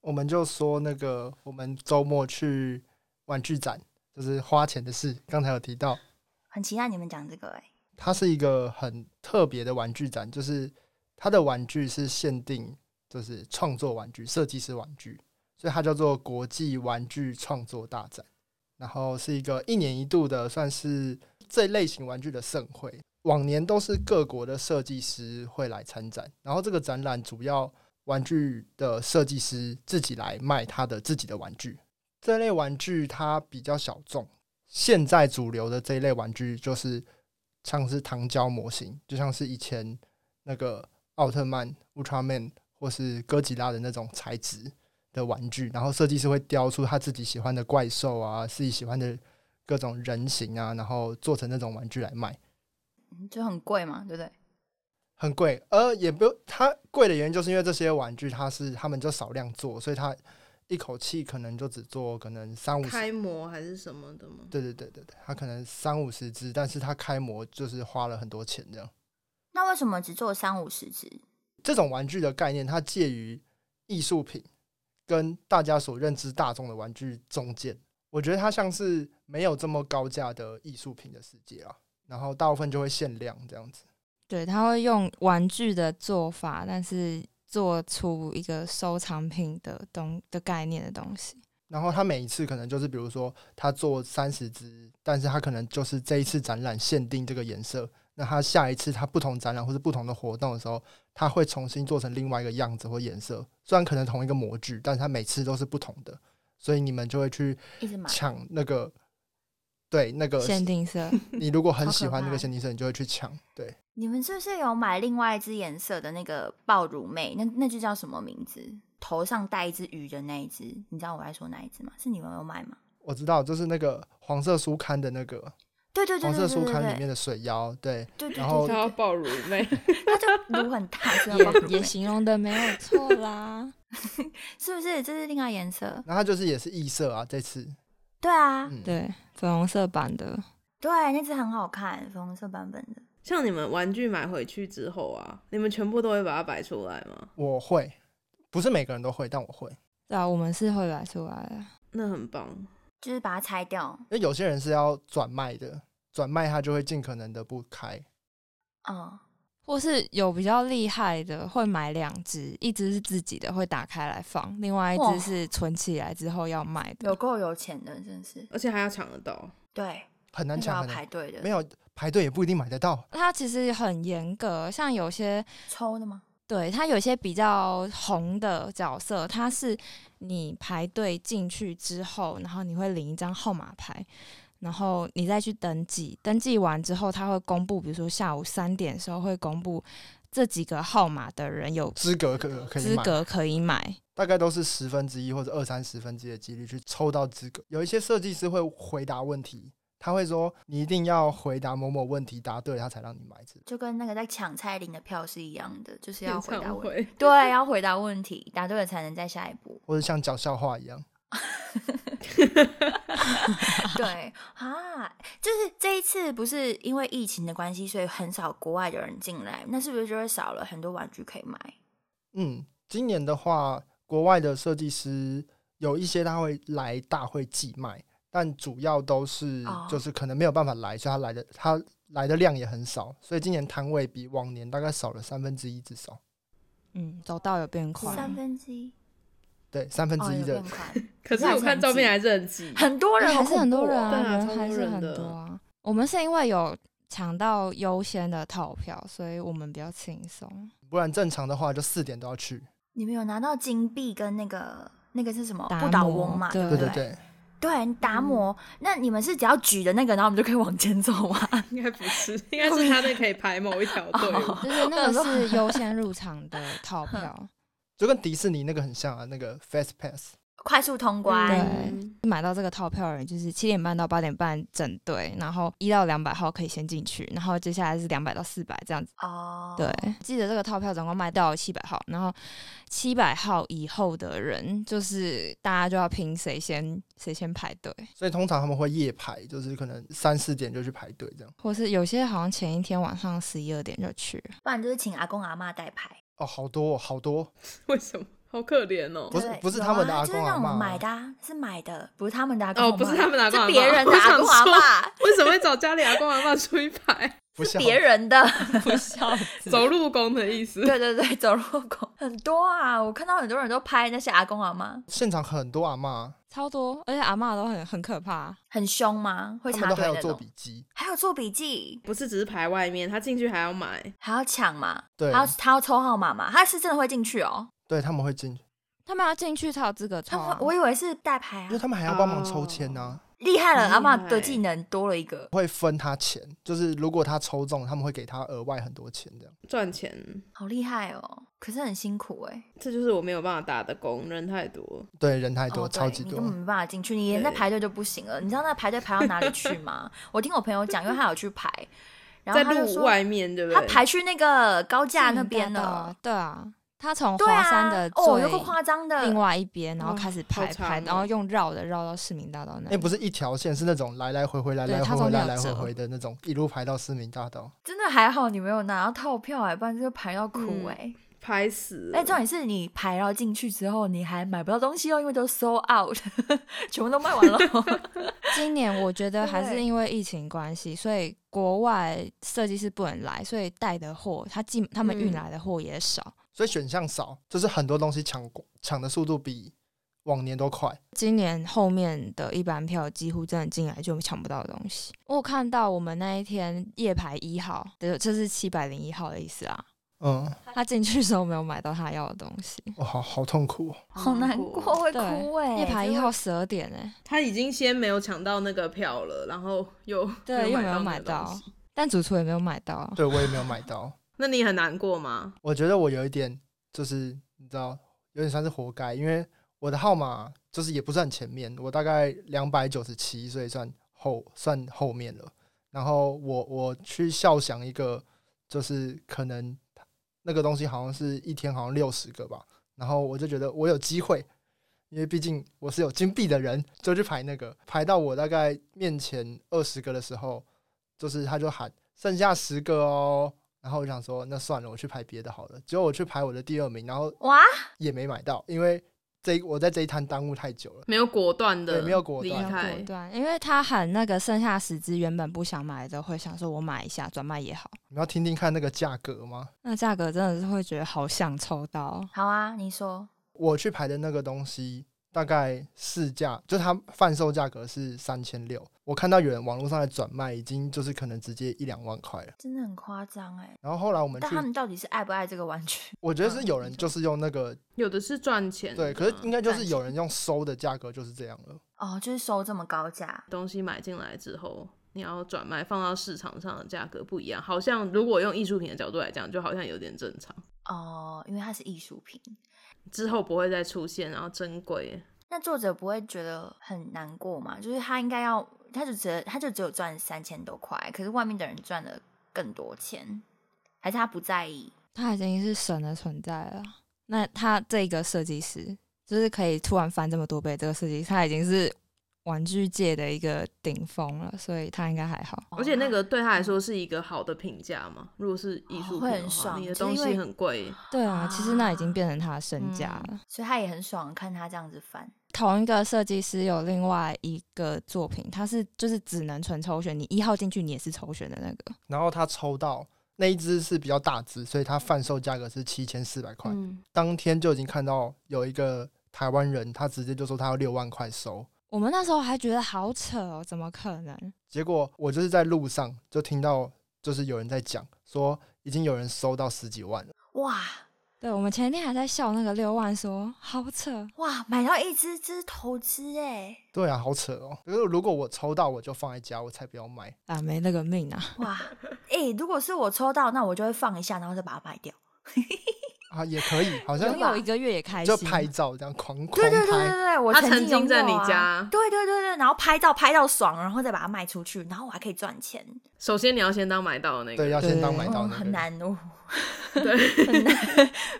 Speaker 3: 我们就说那个，我们周末去玩具展，就是花钱的事。刚才有提到，
Speaker 1: 很期待你们讲这个哎、
Speaker 3: 它是一个很特别的玩具展，就是它的玩具是限定，就是创作玩具、设计师玩具，所以它叫做国际玩具创作大展。然后是一个一年一度的，算是这类型玩具的盛会。往年都是各国的设计师会来参展，然后这个展览主要玩具的设计师自己来卖他的自己的玩具。这类玩具它比较小众，现在主流的这一类玩具就是像是糖胶模型，就像是以前那个奥特曼、Ultraman 或是哥吉拉的那种材质的玩具，然后设计师会雕出他自己喜欢的怪兽啊，自己喜欢的各种人形啊，然后做成那种玩具来卖。
Speaker 1: 嗯就很贵嘛，对不对？
Speaker 3: 很贵，呃，也不它贵的原因就是因为这些玩具它是他们就少量做，所以它一口气可能就只做可能三五十，
Speaker 2: 开模还是什么的吗？
Speaker 3: 对对对对对，它可能三五十只，但是它开模就是花了很多钱这样。
Speaker 1: 那为什么只做三五十只？
Speaker 3: 这种玩具的概念，它介于艺术品跟大家所认知大众的玩具中间。我觉得它像是没有这么高价的艺术品的世界啊，然后大部分就会限量这样子。
Speaker 4: 对，他会用玩具的做法，但是做出一个收藏品的东的概念的东西。
Speaker 3: 然后它每一次可能就是，比如说它做三十只，但是它可能就是这一次展览限定这个颜色。那它下一次它不同展览或者不同的活动的时候，它会重新做成另外一个样子或颜色。虽然可能同一个模具，但是它每次都是不同的，所以你们就会去
Speaker 1: 一直买，
Speaker 3: 抢那个，对那个
Speaker 4: 限定色
Speaker 3: 你如果很
Speaker 1: 好
Speaker 3: 喜
Speaker 1: 可
Speaker 3: 欢这个
Speaker 1: 怕
Speaker 3: 限定色，你就会去抢。对，
Speaker 1: 你们是不是有买另外一只颜色的那个爆乳妹？那那只叫什么名字？头上戴一只鱼的那一只，你知道我在说哪一只吗？是你们有买吗？
Speaker 3: 我知道，就是那个黄色书刊的那哦个
Speaker 1: 对对对
Speaker 3: 黄
Speaker 1: 对
Speaker 3: 色
Speaker 1: 对
Speaker 3: 书刊里
Speaker 1: 对
Speaker 3: 面的水妖，对，
Speaker 1: 对对对，
Speaker 3: 然后
Speaker 2: 他要爆乳妹，
Speaker 1: 它就乳很大，是吗？
Speaker 4: 也也形容的没有错 啦。
Speaker 1: 是不是？这是另外颜色。
Speaker 3: 然后它就是也是异色啊，这次，
Speaker 1: 对啊，
Speaker 3: 嗯，，
Speaker 4: 对，粉红色版的，
Speaker 1: 对，那只很好看，粉红色版本的。
Speaker 2: 像你们玩具买回去之后啊，你们全部都会把它摆出来吗？
Speaker 3: 我会，不是每个人都会，但我会，
Speaker 4: 对啊，我们是会摆出来的。
Speaker 2: 那很棒。
Speaker 1: 就是把它拆掉，
Speaker 3: 因为有些人是要转卖的，转卖他就会尽可能的不开，
Speaker 1: 嗯，
Speaker 4: 或是有比较厉害的，会买两只，一只是自己的，会打开来放；，另外一
Speaker 1: 哇
Speaker 4: 只是存起来之后要卖
Speaker 1: 有
Speaker 4: 的。
Speaker 1: 够有钱的，真是
Speaker 2: 而且还要抢得到，
Speaker 1: 对，
Speaker 3: 很
Speaker 1: 那
Speaker 3: 难
Speaker 1: 个
Speaker 3: 抢，
Speaker 1: 要
Speaker 3: 很难
Speaker 1: 排队的，
Speaker 3: 没有排队也不一定买得到。
Speaker 4: 它其实很严格，像有些
Speaker 1: 抽的吗？
Speaker 4: 对它有些比较红的角色，它是你排队进去之后，然后你会领一张号码牌，然后你再去登记。登记完之后，它会公布，比如说下午三点的时候会公布这几个号码的人有
Speaker 3: 资格可可以
Speaker 4: 资
Speaker 3: 买，
Speaker 4: 格可以买。
Speaker 3: 大概都是十分之一或者二三十分之一的几率去抽到资格。有一些设计师会回答问题，他会说你一定要回答某某问题，答对他才让你买之类的。。
Speaker 1: 就跟那个在抢菜领的票是一样的，就是要
Speaker 2: 演
Speaker 1: 回答
Speaker 2: 唱
Speaker 1: 问
Speaker 2: 会。
Speaker 1: 对，要回答问题，答对了才能在下一步
Speaker 3: 或者像讲笑话一样，
Speaker 1: 对啊，就是这一次不是因为疫情的关系，所以很少国外的人进来，那是不是就会少了很多玩具可以买？
Speaker 3: 嗯，今年的话，国外的设计师有一些他会来大会寄卖，但主要都是
Speaker 1: 哦
Speaker 3: 就是可能没有办法来，所以他来的他来的量也很少，所以今年摊位比往年大概少了三分之一至少，
Speaker 4: 嗯，走道有变宽，
Speaker 1: 三分之一，
Speaker 3: 对，三分
Speaker 1: 哦，
Speaker 3: 之一
Speaker 1: 有
Speaker 3: 的哎
Speaker 1: 变宽，
Speaker 2: 可是我看照片还是很挤，
Speaker 1: 很多人，
Speaker 4: 还
Speaker 1: 好
Speaker 4: 是
Speaker 1: 恐
Speaker 4: 很多
Speaker 1: 怖
Speaker 4: 人
Speaker 1: 哦
Speaker 4: 啊，
Speaker 2: 对啊超
Speaker 4: 人
Speaker 2: 多
Speaker 4: 还是
Speaker 2: 人
Speaker 4: 很
Speaker 2: 的
Speaker 4: 多啊。我们是因为有抢到优先的套票，所以我们比较轻松。
Speaker 3: 不然正常的话就四点都要去，
Speaker 1: 你们有拿到金币跟那个那个是什么
Speaker 4: 达
Speaker 1: 不倒
Speaker 4: 摩
Speaker 1: 翁嘛？
Speaker 4: 对
Speaker 1: 不
Speaker 3: 对对嗯
Speaker 1: 对
Speaker 3: 对。
Speaker 1: 对，达摩。那你们是只要举的那个，然后我们就可以往前走吗？
Speaker 2: 应该不是，应该是他那可以排某一条队 伍。
Speaker 4: 就是那
Speaker 1: 我想说
Speaker 4: 个是优先入场的 套票，
Speaker 3: 就跟迪士尼那个很像啊，那个 Fast Pass，
Speaker 1: 快速通关，
Speaker 2: 嗯
Speaker 4: 买到这个套票的人就是七点半到八点半整队，然后一到两百号可以先进去，然后接下来是两百到四百这样子。
Speaker 1: 哦，
Speaker 4: 对，记得这个套票总共卖到七百号，然后七百号以后的人就是大家就要拼谁先谁先排队，
Speaker 3: 所以通常他们会夜排，就是可能三四点就去排队这样。
Speaker 4: 或是有些好像前一天晚上十一二点就去了。
Speaker 1: 不然就是请阿公阿妈代牌。
Speaker 3: 哦，好多、哦、好多，
Speaker 2: 为什么？好可怜哦。
Speaker 3: 不是
Speaker 1: 对
Speaker 3: 不是
Speaker 1: 有
Speaker 3: 他们的
Speaker 1: 啊
Speaker 3: 阿
Speaker 1: 就是
Speaker 3: 公
Speaker 1: 那
Speaker 3: 阿
Speaker 1: 种
Speaker 3: 嬷
Speaker 1: 买的啊，是买的，不是他们的阿公阿
Speaker 2: 哦，
Speaker 1: 嬷。
Speaker 2: 不是他们的阿公阿
Speaker 1: 是
Speaker 2: 嬷
Speaker 1: 别人的阿公阿
Speaker 2: 我想说
Speaker 1: 嬷。
Speaker 2: 为什么会找家里阿公阿妈出一排？
Speaker 3: 不
Speaker 1: 是
Speaker 3: 笑
Speaker 1: 别人的。
Speaker 4: 不孝子。
Speaker 2: 走路工的意思。
Speaker 1: 对对对，走路狗很多啊，我看到很多人都拍那些阿公阿妈，
Speaker 3: 现场很多阿嬷，啊
Speaker 4: 超多，而且阿嬷都很很可怕。
Speaker 1: 很凶吗？会
Speaker 3: 他们
Speaker 1: 插
Speaker 3: 都
Speaker 1: 队
Speaker 3: 还有
Speaker 1: 那
Speaker 3: 做
Speaker 1: 种，
Speaker 3: 笔记，
Speaker 1: 还有做笔记，
Speaker 2: 不是只是排外面，他进去还要买。
Speaker 1: 还要抢嘛，
Speaker 3: 对
Speaker 1: 还要他要抽号码嘛，他是真的会进去哦。
Speaker 3: 对他们会进去，
Speaker 4: 他们要进去才有资格抽
Speaker 1: 他
Speaker 4: 啊、
Speaker 1: 们我以为是代牌啊
Speaker 3: 因为，他们还要帮忙抽签呐、
Speaker 1: 厉害了，
Speaker 2: 厉
Speaker 1: 阿妈
Speaker 2: 害
Speaker 1: 的技能多了一个，
Speaker 3: 会分他钱，就是如果他抽中，他们会给他额外很多钱这样。
Speaker 2: 赚钱，
Speaker 1: 好厉害哦。可是很辛苦哎、
Speaker 2: 这就是我没有办法打的工，人太多。
Speaker 3: 对，人太多，
Speaker 1: 哦对
Speaker 3: 超级
Speaker 1: 你
Speaker 3: 多
Speaker 1: 根。本没办法进去，你连
Speaker 2: 对
Speaker 1: 在排队就不行了。你知道那排队排到哪里去吗？我听我朋友讲，因为他有去排，然后
Speaker 2: 在
Speaker 1: 他就
Speaker 2: 路
Speaker 1: 说
Speaker 2: 外面，对不
Speaker 1: 他
Speaker 2: 对？
Speaker 1: 排去那个高架
Speaker 4: 市民
Speaker 1: 那
Speaker 4: 大
Speaker 1: 边
Speaker 4: 道
Speaker 1: 了
Speaker 4: 啊。。对啊，他从
Speaker 1: 对
Speaker 4: 华
Speaker 1: 啊，
Speaker 4: 山的
Speaker 1: 哦，
Speaker 4: 最
Speaker 1: 有个夸张的，嗯
Speaker 4: 另外一边，然后
Speaker 2: 哇
Speaker 4: 开始
Speaker 2: 好
Speaker 4: 排
Speaker 2: 长
Speaker 4: 排，
Speaker 2: 哦
Speaker 4: 然后用绕的绕到市民大道那
Speaker 3: 哎、
Speaker 4: 里。
Speaker 3: 不是一条线，是那种来来回回、来来
Speaker 4: 对
Speaker 3: 回
Speaker 4: 它
Speaker 3: 回、
Speaker 4: 中
Speaker 3: 来
Speaker 4: 间有
Speaker 3: 来回
Speaker 4: 折
Speaker 3: 回的那种，一路排到市民大道。
Speaker 1: 真的还好你没有拿到套票哎、不然就排到哭
Speaker 2: 嗯
Speaker 1: 哎、欸。
Speaker 2: 排死了。
Speaker 1: 哎、重点是你排到进去之后，你还买不到东西哦，因为都 sold out，全 部都卖完了。哦
Speaker 4: 今年我觉得还是
Speaker 1: 对
Speaker 4: 因为疫情关系，所以国外设计师不能来，所以带的货，他进他们运
Speaker 2: 嗯
Speaker 4: 来的货也少。
Speaker 3: 所以选项少，就是很多东西抢抢的速度比往年都快。
Speaker 4: 今年后面的一般票几乎真的进来就抢不到的东西。我有看到我们那一天夜排一号，对，这是七百零一号的意思啊。
Speaker 3: 嗯，
Speaker 4: 他进去的时候没有买到他要的东西。
Speaker 3: 哇，好好痛苦、哦。
Speaker 1: 好难过，。会
Speaker 4: 对
Speaker 1: 哭哎、
Speaker 4: 夜排
Speaker 1: 真
Speaker 4: 一
Speaker 1: 的
Speaker 4: 号十二点哎、
Speaker 2: 他已经先没有抢到那个票了，然后又
Speaker 4: 对
Speaker 2: 又
Speaker 4: 又
Speaker 2: 买
Speaker 4: 没有
Speaker 2: 到那
Speaker 4: 买
Speaker 2: 个
Speaker 4: 到
Speaker 2: 东西
Speaker 4: 但主厨也没有买到。
Speaker 3: 对我也没有买到，
Speaker 2: 那你很难过吗？
Speaker 3: 我觉得我有一点就是你知道，有点算是活该，因为我的号码就是也不算前面，我大概两百九十七，所以算后算后面了。然后我我去笑想一个，就是可能那个东西好像是一天好像六十个吧，然后我就觉得我有机会。因为毕竟我是有金币的人，就去排那个，排到我大概面前二十个的时候，就是他就喊剩下十个哦，然后我想说那算了，我去排别的好了。结果我去排我的第二名，然后
Speaker 1: 哇，
Speaker 3: 也没买到，因为这我在这一摊耽误太久了。
Speaker 2: 没有果断的，
Speaker 3: 对没有果
Speaker 2: 离
Speaker 3: 断
Speaker 2: 开
Speaker 4: 对，因为他喊那个剩下十只原本不想买的，会想说我买一下转卖也好。
Speaker 3: 你们要听听看那个价格吗？
Speaker 4: 那价格真的是会觉得好想抽到，
Speaker 1: 好啊，你说
Speaker 3: 我去排的那个东西大概市价，就它贩售价格是三千六，我看到有人网络上来转卖，已经就是可能直接一两万块了。
Speaker 1: 真的很夸张哎。
Speaker 3: 然后后来我们
Speaker 1: 但
Speaker 3: 去
Speaker 1: 他，们到底是爱不爱这个玩具？
Speaker 3: 我觉得是有
Speaker 1: 嗯
Speaker 3: 人就是用那个
Speaker 2: 有的是赚钱的
Speaker 3: 对，
Speaker 2: 啊，
Speaker 3: 可是应该就是
Speaker 1: 赚
Speaker 3: 有
Speaker 1: 钱
Speaker 3: 人用收的价格就是这样了。
Speaker 1: 哦，就是收这么高价，
Speaker 2: 东西买进来之后，你要转卖放到市场上的价格不一样，好像如果用艺术品的角度来讲，就好像有点正常。
Speaker 1: 哦，因为它是艺术品。
Speaker 2: 之后不会再出现，然后珍贵。
Speaker 1: 那作者不会觉得很难过吗？就是他应该要，他就只他就只有赚三千多块，可是外面的人赚了更多钱，还是他不在意？
Speaker 4: 他已经是神的存在了。那他这个设计师，就是可以突然翻这么多倍，这个设计师他已经是玩具界的一个顶峰了，所以他应该还好。
Speaker 1: 哦
Speaker 2: 而且那个对他来说是一个好的评价嘛，如果是艺术
Speaker 1: 哦会
Speaker 2: 品
Speaker 1: 很
Speaker 2: 的话，
Speaker 1: 爽
Speaker 2: 你
Speaker 1: 就
Speaker 2: 的
Speaker 1: 是
Speaker 2: 东
Speaker 1: 因为
Speaker 2: 西很贵，
Speaker 4: 对啊，其实那已经变成他的
Speaker 1: 嗯
Speaker 4: 身价了。
Speaker 1: 所以他也很爽，看他这样子翻。
Speaker 4: 同一个设计师有另外一个作品，他是就是只能纯抽选，你一号进去你也是抽选的那个。
Speaker 3: 然后他抽到那一只是比较大只，所以它贩售价格是七千四百块。
Speaker 2: 嗯，
Speaker 3: 当天就已经看到有一个台湾人，他直接就说他要六万块收。
Speaker 4: 我们那时候还觉得好扯哦，怎么可能？
Speaker 3: 结果我就是在路上就听到，就是有人在讲说已经有人收到十几万了。
Speaker 1: 哇
Speaker 4: 对，我们前天还在笑那个六万说好扯，
Speaker 1: 哇，买到一只，这是投资哎！
Speaker 3: 对啊，好扯哦！可是如果我抽到，我就放在家，我才不要卖。
Speaker 4: 啊，没那个命啊！
Speaker 1: 哇，哎、如果是我抽到，那我就会放一下，然后再把它卖掉。
Speaker 3: 啊，也可以，好像
Speaker 4: 拥有一个月也开
Speaker 3: 就
Speaker 4: 心，
Speaker 3: 拍照这样狂狂
Speaker 1: 对对对对
Speaker 3: 拍。
Speaker 1: 对，我
Speaker 2: 他
Speaker 1: 曾
Speaker 2: 曾经
Speaker 1: 拥
Speaker 2: 在
Speaker 1: 有
Speaker 2: 你
Speaker 1: 啊
Speaker 2: 家
Speaker 1: 对对对对，然后拍照拍到爽，然后再把它卖出去，然后我还可以赚钱，
Speaker 2: 首先你要先当买到的那
Speaker 3: 对，
Speaker 2: 个，
Speaker 3: 要先当买
Speaker 4: 对
Speaker 3: 到
Speaker 1: 哦
Speaker 3: 那个
Speaker 1: 很难哦。
Speaker 2: 对，
Speaker 1: 很难。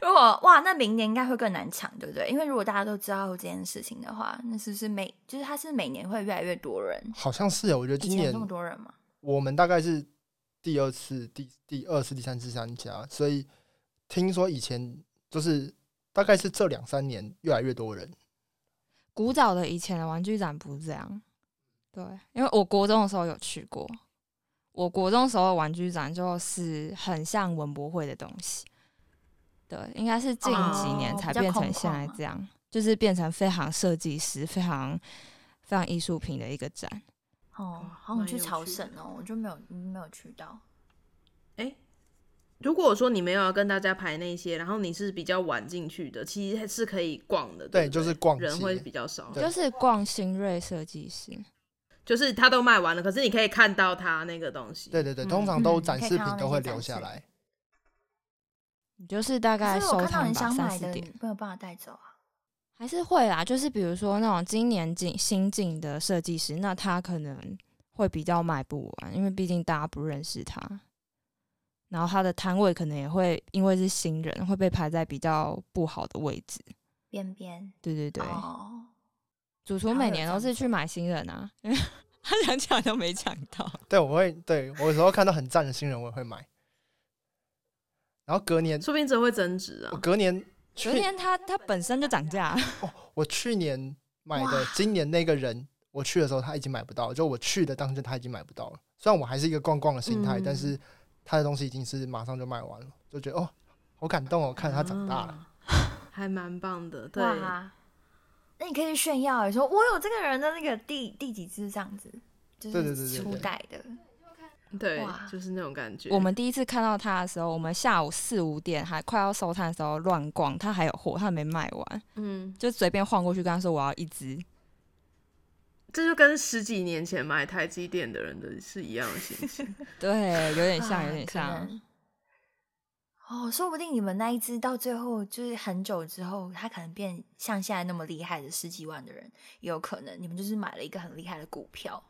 Speaker 1: 如果哇，那明年应该会更难抢，对不对？因为如果大家都知道这件事情的话，那是不是每就是它是每年会越来越多人？
Speaker 3: 好像是哦，我觉得
Speaker 1: 以
Speaker 3: 今
Speaker 1: 前有
Speaker 3: 年
Speaker 1: 这么多人吗？
Speaker 3: 我们大概是第二次、第第二次、第三次参加，所以听说以前就是大概是这两三年越来越多人，
Speaker 4: 古早的以前的玩具展不是这样，对，因为我国中的时候有去过，我国中时候的玩具展就是很像文博会的东西，对，应该是近几年
Speaker 1: 哦
Speaker 4: 才
Speaker 1: 比较
Speaker 4: 变成
Speaker 1: 空旷
Speaker 4: 现在
Speaker 1: 嘛
Speaker 4: 这样，就是变成非常设计师、非常非常艺术品的一个展。
Speaker 1: 哦，好
Speaker 2: 蛮
Speaker 1: 想去
Speaker 2: 有
Speaker 1: 朝
Speaker 2: 趣
Speaker 1: 圣哦，我就没有没有去到。
Speaker 2: 如果说你没有要跟大家排那些，然后你是比较晚进去的，其实还是可以逛的。
Speaker 3: 对
Speaker 2: 不
Speaker 3: 就是逛
Speaker 2: 人
Speaker 3: 街
Speaker 2: 会比较少，
Speaker 3: 对
Speaker 4: 就是逛新锐设计师，
Speaker 2: 就是他都卖完了，可是你可以看到他那个东西。
Speaker 3: 对对对，
Speaker 2: 嗯
Speaker 3: 通常都
Speaker 1: 嗯
Speaker 3: 展
Speaker 1: 可以
Speaker 3: 示
Speaker 1: 看到
Speaker 3: 品
Speaker 1: 那
Speaker 3: 都会
Speaker 1: 些
Speaker 3: 留
Speaker 1: 展
Speaker 3: 下
Speaker 1: 示
Speaker 3: 来。
Speaker 4: 你就是大概
Speaker 1: 可是我
Speaker 4: 收
Speaker 1: 看到
Speaker 4: 摊
Speaker 1: 你
Speaker 4: 吧，
Speaker 1: 想
Speaker 4: 三
Speaker 1: 买
Speaker 4: 四
Speaker 1: 的，
Speaker 4: 点
Speaker 1: 你没有办法带走啊。
Speaker 4: 还是会啦。就是比如说那种今年进新进的设计师，那他可能会比较卖不完，因为毕竟大家不认识他。然后他的摊位可能也会因为是新人，会被排在比较不好的位置。
Speaker 1: 边边
Speaker 4: 对对对，
Speaker 1: 哦，
Speaker 4: 主厨每年都是去买新人啊， 他想讲都没讲到。
Speaker 3: 对，我会对我有时候看到很赞的新人，我也会买。然后隔年，
Speaker 2: 说不定这会增值
Speaker 3: 我
Speaker 2: 啊。
Speaker 3: 隔年去
Speaker 4: 昨天他他本身就涨价，
Speaker 3: 我去年买的
Speaker 1: 哇，
Speaker 3: 今年那个人我去的时候他已经买不到了，就我去的当天他已经买不到了。虽然我还是一个逛逛的心态，但
Speaker 2: 嗯
Speaker 3: 是他的东西已经是马上就卖完了，就觉得哦，好感动哦，看着他长大了。
Speaker 2: 啊还蛮棒的。对，
Speaker 1: 哇，那你可以去炫耀，说我有这个人的那个第第几只这样子，就
Speaker 3: 对对对
Speaker 1: 是
Speaker 3: 对
Speaker 1: 初
Speaker 3: 对
Speaker 1: 代的，
Speaker 2: 对
Speaker 1: 哇，
Speaker 2: 就是那种感觉。
Speaker 4: 我们第一次看到他的时候，我们下午四五点还快要收摊的时候乱逛，他还有货，他还没卖完，
Speaker 2: 嗯，
Speaker 4: 就随便晃过去跟他说我要一只。
Speaker 2: 这就跟十几年前买台积电的人的是一样的心情。
Speaker 4: 对，有点像，
Speaker 1: 啊
Speaker 4: 有点。
Speaker 1: 可
Speaker 4: 像。
Speaker 1: 能哦，说不定你们那一只到最后就是很久之后，他可能变像现在那么厉害的十几万的人，也有可能你们就是买了一个很厉害的股票，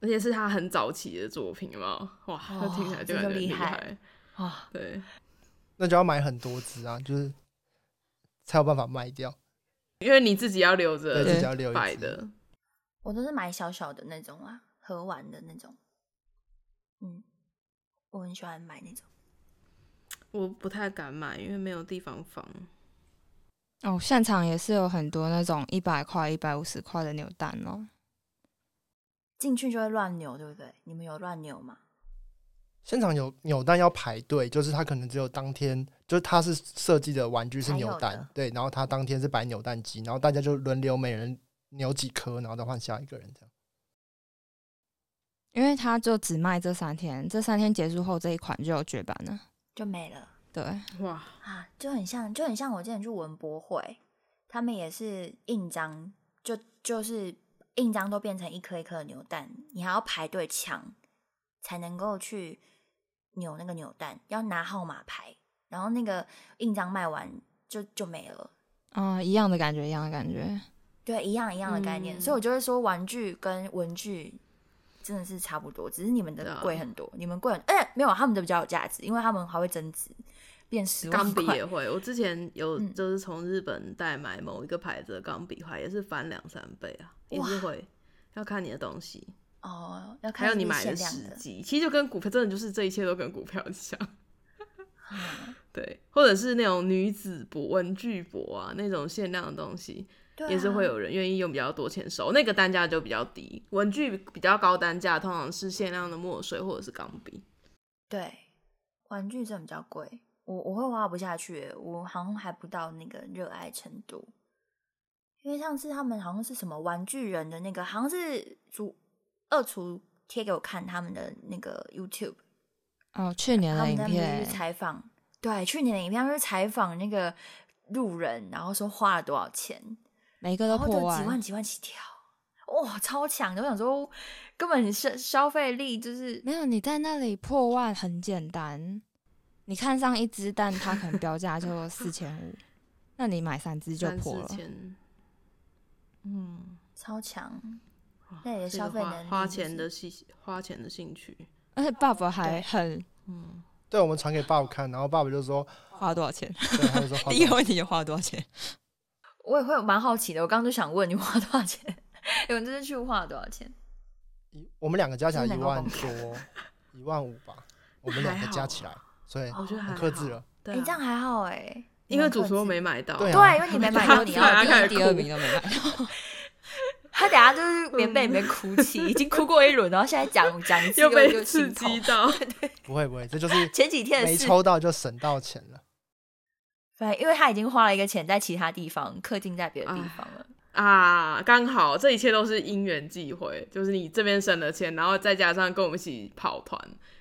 Speaker 2: 而且是他很早期的作品嘛，哇，那听起来
Speaker 1: 这就
Speaker 2: 就感觉很
Speaker 1: 厉
Speaker 2: 厉
Speaker 1: 害
Speaker 2: 害。
Speaker 4: 哦
Speaker 1: 啊，
Speaker 2: 对，
Speaker 3: 那就要买很多只啊，就是才有办法卖掉，
Speaker 2: 因为你自己要留
Speaker 3: 对，
Speaker 2: 着
Speaker 3: 自己要留
Speaker 2: 摆
Speaker 3: 一只。
Speaker 2: 的。
Speaker 1: 我都是买小小的那种啊，盒玩的那种。嗯，我很喜欢买那种。
Speaker 2: 我不太敢买，因为没有地方放。
Speaker 4: 哦，现场也是有很多那种一百块、一百五十块的扭蛋哦。
Speaker 1: 进去就会乱扭，对不对？你们有乱扭吗？
Speaker 3: 现场有扭蛋要排队，就是他可能只有当天，就是他是设计的玩具是
Speaker 1: 才有
Speaker 3: 扭蛋
Speaker 1: 的，
Speaker 3: 对，然后他当天是摆扭蛋机，然后大家就轮流每人扭几颗，然后再换下一个人这样。
Speaker 4: 因为他就只卖这三天，这三天结束后这一款就有绝版了。
Speaker 1: 就没了
Speaker 4: 对，
Speaker 2: 哇，
Speaker 1: 啊，就很像，就很像我之前去文博会，他们也是印章，就就是印章都变成一颗一颗的扭蛋，你还要排队抢才能够去扭那个扭蛋，要拿号码牌，然后那个印章卖完就就没了。
Speaker 4: 啊、一样的感觉，一样的感觉。
Speaker 1: 对，一样一样的概念，
Speaker 2: 嗯
Speaker 1: 所以我就会说玩具跟文具真的是差不多，只是你们
Speaker 2: 对
Speaker 1: 的
Speaker 2: 啊
Speaker 1: 贵很多，你们贵很，而且没有他们的比较有价值，因为他们还会增值，变十
Speaker 2: 钢
Speaker 1: 万
Speaker 2: 笔
Speaker 1: 块
Speaker 2: 也。会，我之前有
Speaker 1: 嗯
Speaker 2: 就是从日本代买某一个牌子的钢笔块，也是翻两三倍啊，也是会要看你的东西，
Speaker 1: 哦，要
Speaker 2: 还
Speaker 1: 看
Speaker 2: 有
Speaker 1: 是不
Speaker 2: 你
Speaker 1: 是
Speaker 2: 买
Speaker 1: 限量
Speaker 2: 时
Speaker 1: 的，
Speaker 2: 机。其实就跟股票真的就是这一切都跟股票很像， 对，或者是那种女子博文具博啊那种限量的东西，
Speaker 1: 对啊
Speaker 2: 也是会有人愿意用比较多钱收，那个单价就比较低。文具比较高单价，通常是限量的墨水或者是钢笔。
Speaker 1: 对玩具真的比较贵，我我会花不下去耶，我好像还不到那个热爱程度。因为上次他们好像是什么玩具人的那个，好像是主二厨贴给我看他们的那个 YouTube，
Speaker 4: 哦，去年
Speaker 1: 他
Speaker 4: 的
Speaker 1: 们
Speaker 4: 影
Speaker 1: 在那边
Speaker 4: 片
Speaker 1: 就是，采访，对，去年的影片他们是采访那个路人，然后说花了多少钱，
Speaker 4: 每个都
Speaker 1: 然后就几
Speaker 4: 破万
Speaker 1: 万。几万起跳，哇、超强的！我想说，根本消消费力就是
Speaker 4: 没有，你在那里破万很简单。你看上一只蛋，它可能标价就四千五，那你买三只就
Speaker 2: 三四
Speaker 4: 破了。
Speaker 2: 千，嗯，
Speaker 1: 超强，
Speaker 2: 哇
Speaker 1: 那你的
Speaker 2: 这
Speaker 1: 消
Speaker 2: 个
Speaker 1: 费
Speaker 2: 花
Speaker 1: 能力
Speaker 2: 花
Speaker 1: 就
Speaker 2: 钱
Speaker 1: 是
Speaker 2: 的兴花钱的兴趣，
Speaker 4: 而且爸爸还
Speaker 1: 对
Speaker 4: 很
Speaker 2: 嗯，
Speaker 3: 对，我们传给爸爸看，然后爸爸就说，
Speaker 4: 花多少钱？
Speaker 3: 对，他就说花 多
Speaker 4: 第一
Speaker 3: 少
Speaker 4: 个问题就花多少钱？
Speaker 1: 我也会蛮好奇的。我刚刚就想问你 花多少钱，你们这次去花了多少钱？
Speaker 3: 一我们两个加起来
Speaker 1: 真
Speaker 3: 一
Speaker 1: 的很
Speaker 3: 万
Speaker 1: 高
Speaker 3: 多，一万五吧，我们两个加起来，所以
Speaker 2: 我觉得还
Speaker 3: 很克制了
Speaker 2: 好。。
Speaker 1: 哎、
Speaker 2: 对啊，
Speaker 1: 这样还好哎、
Speaker 2: 因为主
Speaker 1: 主
Speaker 2: 厨没买到，
Speaker 3: 对
Speaker 1: 对，
Speaker 3: 啊
Speaker 1: 因为你没买到，
Speaker 2: 他
Speaker 1: 你
Speaker 2: 对
Speaker 1: 要
Speaker 2: 啊
Speaker 1: 第
Speaker 2: 开
Speaker 1: 二
Speaker 2: 始
Speaker 4: 第二名都没买到。
Speaker 1: 他等下就是 棉被里面哭泣，已经哭过一轮，然后现在讲讲一次
Speaker 2: 又被
Speaker 1: 又
Speaker 2: 刺
Speaker 1: 心
Speaker 2: 激
Speaker 1: 痛。
Speaker 2: 到，
Speaker 3: 不会不会，这就是
Speaker 1: 前几天的
Speaker 3: 没
Speaker 1: 事，
Speaker 3: 抽到就省到钱了。
Speaker 1: 对，因为他已经花了一个钱在其他地方，氪金在别的地方了。
Speaker 2: 啊，刚好这一切都是因缘际会，就是你这边省了钱，然后再加上跟我们一起跑团，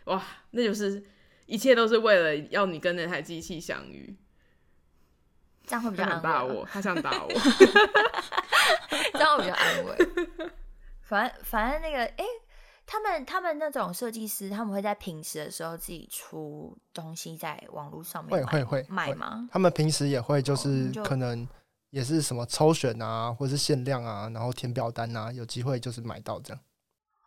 Speaker 2: 哇，那就是一切都是为了要你跟那台机器相遇。
Speaker 1: 这样会比较
Speaker 2: 他
Speaker 1: 安
Speaker 2: 想打
Speaker 1: 慰
Speaker 2: 我，
Speaker 1: 吗，
Speaker 2: 他 想打我，
Speaker 1: 这样会比较安慰。反正反正那个，哎、他们他们那种设计师，他们会在平时的时候自己出东西在网络上面
Speaker 3: 会
Speaker 1: 卖
Speaker 3: 会会
Speaker 1: 卖
Speaker 3: 会
Speaker 1: 吗？
Speaker 3: 他们平时也会就是
Speaker 1: 就
Speaker 3: 可能也是什么抽选啊，或是限量啊，然后填表单啊，有机会就是买到这样。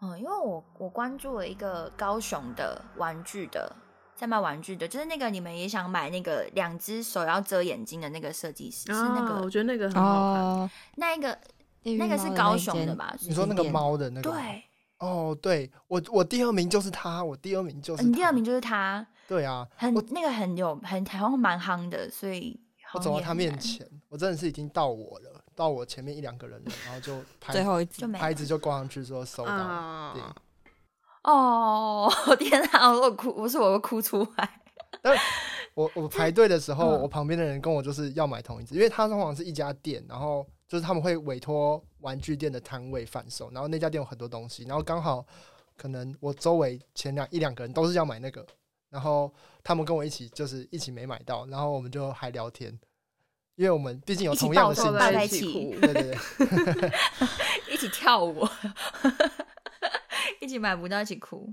Speaker 1: 嗯，因为我我关注了一个高雄的玩具的，在卖玩具的，就是那个你们也想买那个两只手要遮眼睛的那个设计师，是那
Speaker 2: 啊我
Speaker 1: 个
Speaker 2: 觉得那个很好看。
Speaker 4: 哦，
Speaker 1: 那一个
Speaker 4: 地狱
Speaker 1: 那个
Speaker 4: 猫
Speaker 1: 是
Speaker 4: 的
Speaker 1: 高
Speaker 4: 一
Speaker 1: 雄的
Speaker 4: 间
Speaker 1: 吧
Speaker 3: 你说那个
Speaker 4: 景点
Speaker 3: 猫的那个吗？
Speaker 1: 对，
Speaker 3: 哦，对我我第二名就是他，我第二名就是
Speaker 1: 哦你第
Speaker 3: 它
Speaker 1: 二名就是他，
Speaker 3: 对啊，
Speaker 1: 很
Speaker 3: 我
Speaker 1: 那个很有很好像蛮夯的，所以
Speaker 3: 我
Speaker 1: 好像
Speaker 3: 走到
Speaker 1: 也
Speaker 3: 他
Speaker 1: 很
Speaker 3: 面
Speaker 1: 难
Speaker 3: 前，我真的是已经到我了，到我前面一两个人了，然后就拍
Speaker 4: 最后一
Speaker 1: 就
Speaker 4: 集，
Speaker 1: 没
Speaker 3: 拍
Speaker 1: 了
Speaker 3: 子就挂上去说收到了，对
Speaker 2: 啊，
Speaker 1: 哦， 天哪！我哭，我是我会哭出来。
Speaker 3: 我我排队的时候，
Speaker 1: 嗯
Speaker 3: 我旁边的人跟我就是要买同一只，因为他通常是一家店，然后就是他们会委托玩具店的摊位贩售，然后那家店有很多东西，然后刚好可能我周围前两一两个人都是要买那个，然后他们跟我一起就是一起没买到，然后我们就还聊天，因为我们毕竟有
Speaker 1: 一起
Speaker 3: 同样
Speaker 1: 抱
Speaker 3: 的
Speaker 1: 头
Speaker 3: 兴
Speaker 2: 凑
Speaker 1: 行
Speaker 2: 在
Speaker 1: 抱
Speaker 2: 一
Speaker 1: 在
Speaker 3: 趣，
Speaker 1: 一
Speaker 2: 起
Speaker 1: 起
Speaker 2: 哭，
Speaker 3: 对对对，
Speaker 1: 一起跳舞， 一起买不到，一起哭。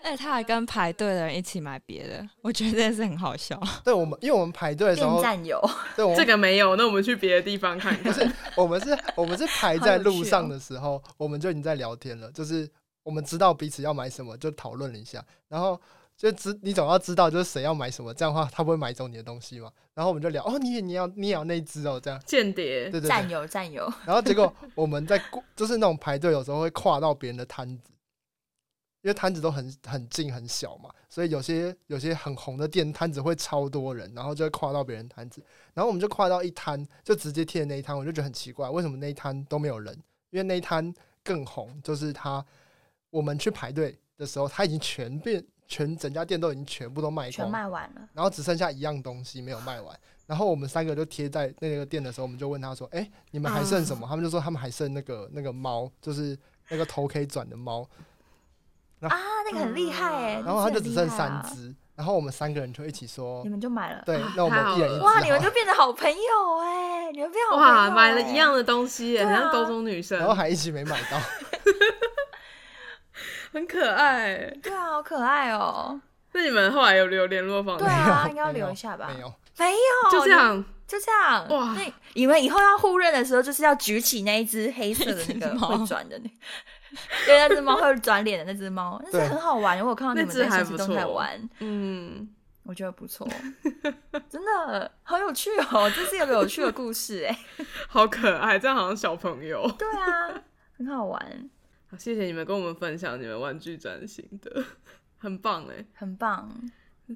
Speaker 4: 哎，他还跟排队的人一起买别的，我觉得这件事很好笑。
Speaker 3: 对我们因为我们排队的时
Speaker 1: 变
Speaker 3: 候，
Speaker 1: 战友，
Speaker 3: 对我 们
Speaker 2: 这个没有，那我们去别的地方看看。
Speaker 3: 我们是，我们是排在
Speaker 1: 好有
Speaker 3: 路
Speaker 1: 趣哦
Speaker 3: 上的时候，我们就已经在聊天了，就是我们知道彼此要买什么，就讨论了一下，然后就知你总要知道就是谁要买什么，这样的话他不会买走你的东西嘛。然后我们就聊，哦，你也你也要你也要那一只哦，这样，
Speaker 2: 间谍
Speaker 3: 对对对。
Speaker 1: 战友，战友，
Speaker 3: 然后结果我们在过，就是那种排队有时候会跨到别人的摊子，因为摊子都很很近很小嘛，所以有些有些很红的店摊子会超多人，然后就会跨到别人摊子，然后我们就跨到一摊，就直接贴那一摊，我就觉得很奇怪，为什么那一摊都没有人？因为那一摊更红，就是他我们去排队的时候，他已经全变全整家店都已经全部都卖
Speaker 1: 全
Speaker 3: 光了。
Speaker 1: 卖完了。
Speaker 3: 然后只剩下一样东西没有卖完。然后我们三个就贴在那个店的时候，我们就问他说：“哎、你们还剩什么？”他们就说他们还剩那个那个猫，就是那个头可以转的猫。
Speaker 1: 啊，那个很厉害哎、
Speaker 3: 嗯然 后他就只剩三
Speaker 1: 只，
Speaker 3: 只。然后我们三个人就一起说
Speaker 1: 你们就买了。：“
Speaker 3: 对，那我们一人一只。”
Speaker 1: 哇，你们就变得好朋友哎、你们变好朋友、欸
Speaker 2: 哇，买了一样。的东西耶，
Speaker 1: 对啊
Speaker 2: 很像高中 女生
Speaker 3: 然，后还一起没买 到，
Speaker 2: 很可爱。
Speaker 1: 对啊，好可爱 哦、
Speaker 2: 那你们后来有留联络方式
Speaker 1: 对？啊，应该要留一下吧。哦
Speaker 3: 没有，
Speaker 1: 没有，
Speaker 2: 就这样，
Speaker 1: 就这样
Speaker 2: 哇
Speaker 1: 那你们以后要互认的时候，就是要举起那一只黑色的那
Speaker 4: 那只
Speaker 1: 个
Speaker 4: 猫
Speaker 1: 会转的那，对，那只猫会转脸的那只猫，那只
Speaker 3: 对
Speaker 1: 很好玩。我有看到你们
Speaker 2: 那只
Speaker 1: 在
Speaker 2: 还
Speaker 1: 现
Speaker 2: 不
Speaker 1: 实
Speaker 2: 错
Speaker 1: 动态玩，
Speaker 2: 嗯，
Speaker 1: 我觉得不错，真的好有趣哦， 这是一个有趣的故事 哎。
Speaker 2: 好可爱，这样好像小朋友。
Speaker 1: 对啊，很好玩，
Speaker 2: 好谢谢你们跟我们分享你们玩具展型的， 很棒哎。
Speaker 1: 很棒。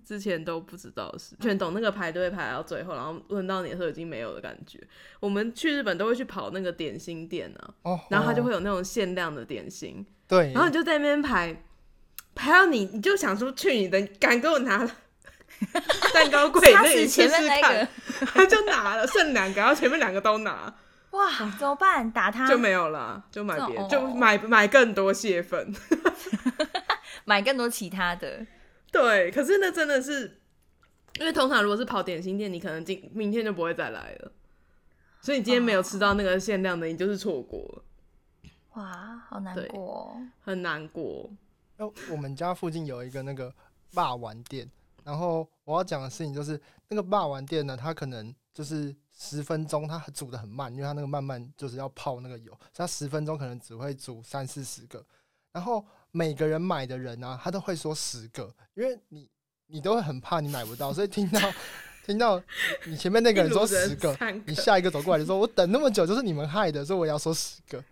Speaker 2: 之前都不知道的事，全懂那个排队排到最后，然后轮到你的时候已经没有的感觉。我们去日本都会去跑那个点心店啊，
Speaker 3: 哦，
Speaker 2: 然后它就
Speaker 3: 哦
Speaker 2: 会有那种限量的点心，
Speaker 3: 对，
Speaker 2: 然后你就在那边排，排到你你就想说去你的，敢给我拿 蛋糕柜
Speaker 1: 他
Speaker 2: 那
Speaker 1: 是
Speaker 2: 里试
Speaker 1: 前面
Speaker 2: 试
Speaker 1: 那
Speaker 2: 看
Speaker 1: 个，，
Speaker 2: 他就拿了，剩两个，然后前面两个都拿，
Speaker 1: 哇，怎么办？打他
Speaker 2: 就没有了，就买
Speaker 1: 这
Speaker 2: 别
Speaker 1: 种哦
Speaker 2: 就买买更多蟹粉。
Speaker 1: 买更多其他的，
Speaker 2: 对，可是那真的是，因为通常如果是跑点心店，你可能今明天就不会再来了，所以你今天没有吃到那个限量的，你就是错过了，
Speaker 1: 哇，好难
Speaker 2: 对
Speaker 1: 过哦。
Speaker 2: 很难过。
Speaker 3: 那我们家附近有一个那个霸王店，然后我要讲的事情就是，那个霸王店呢，它可能就是十分钟，它煮的很慢，因为它那个慢慢就是要泡那个油，所以它十分钟可能只会煮三四十个，然后每个人买的人啊，他都会说十个，因为你你都会很怕你买不到，所以听到听到你前面那
Speaker 2: 那
Speaker 3: 个人说十个，
Speaker 2: 三个，
Speaker 3: 你下一个走过来就说，我等那么久就是你们害的，所以我也要说十个。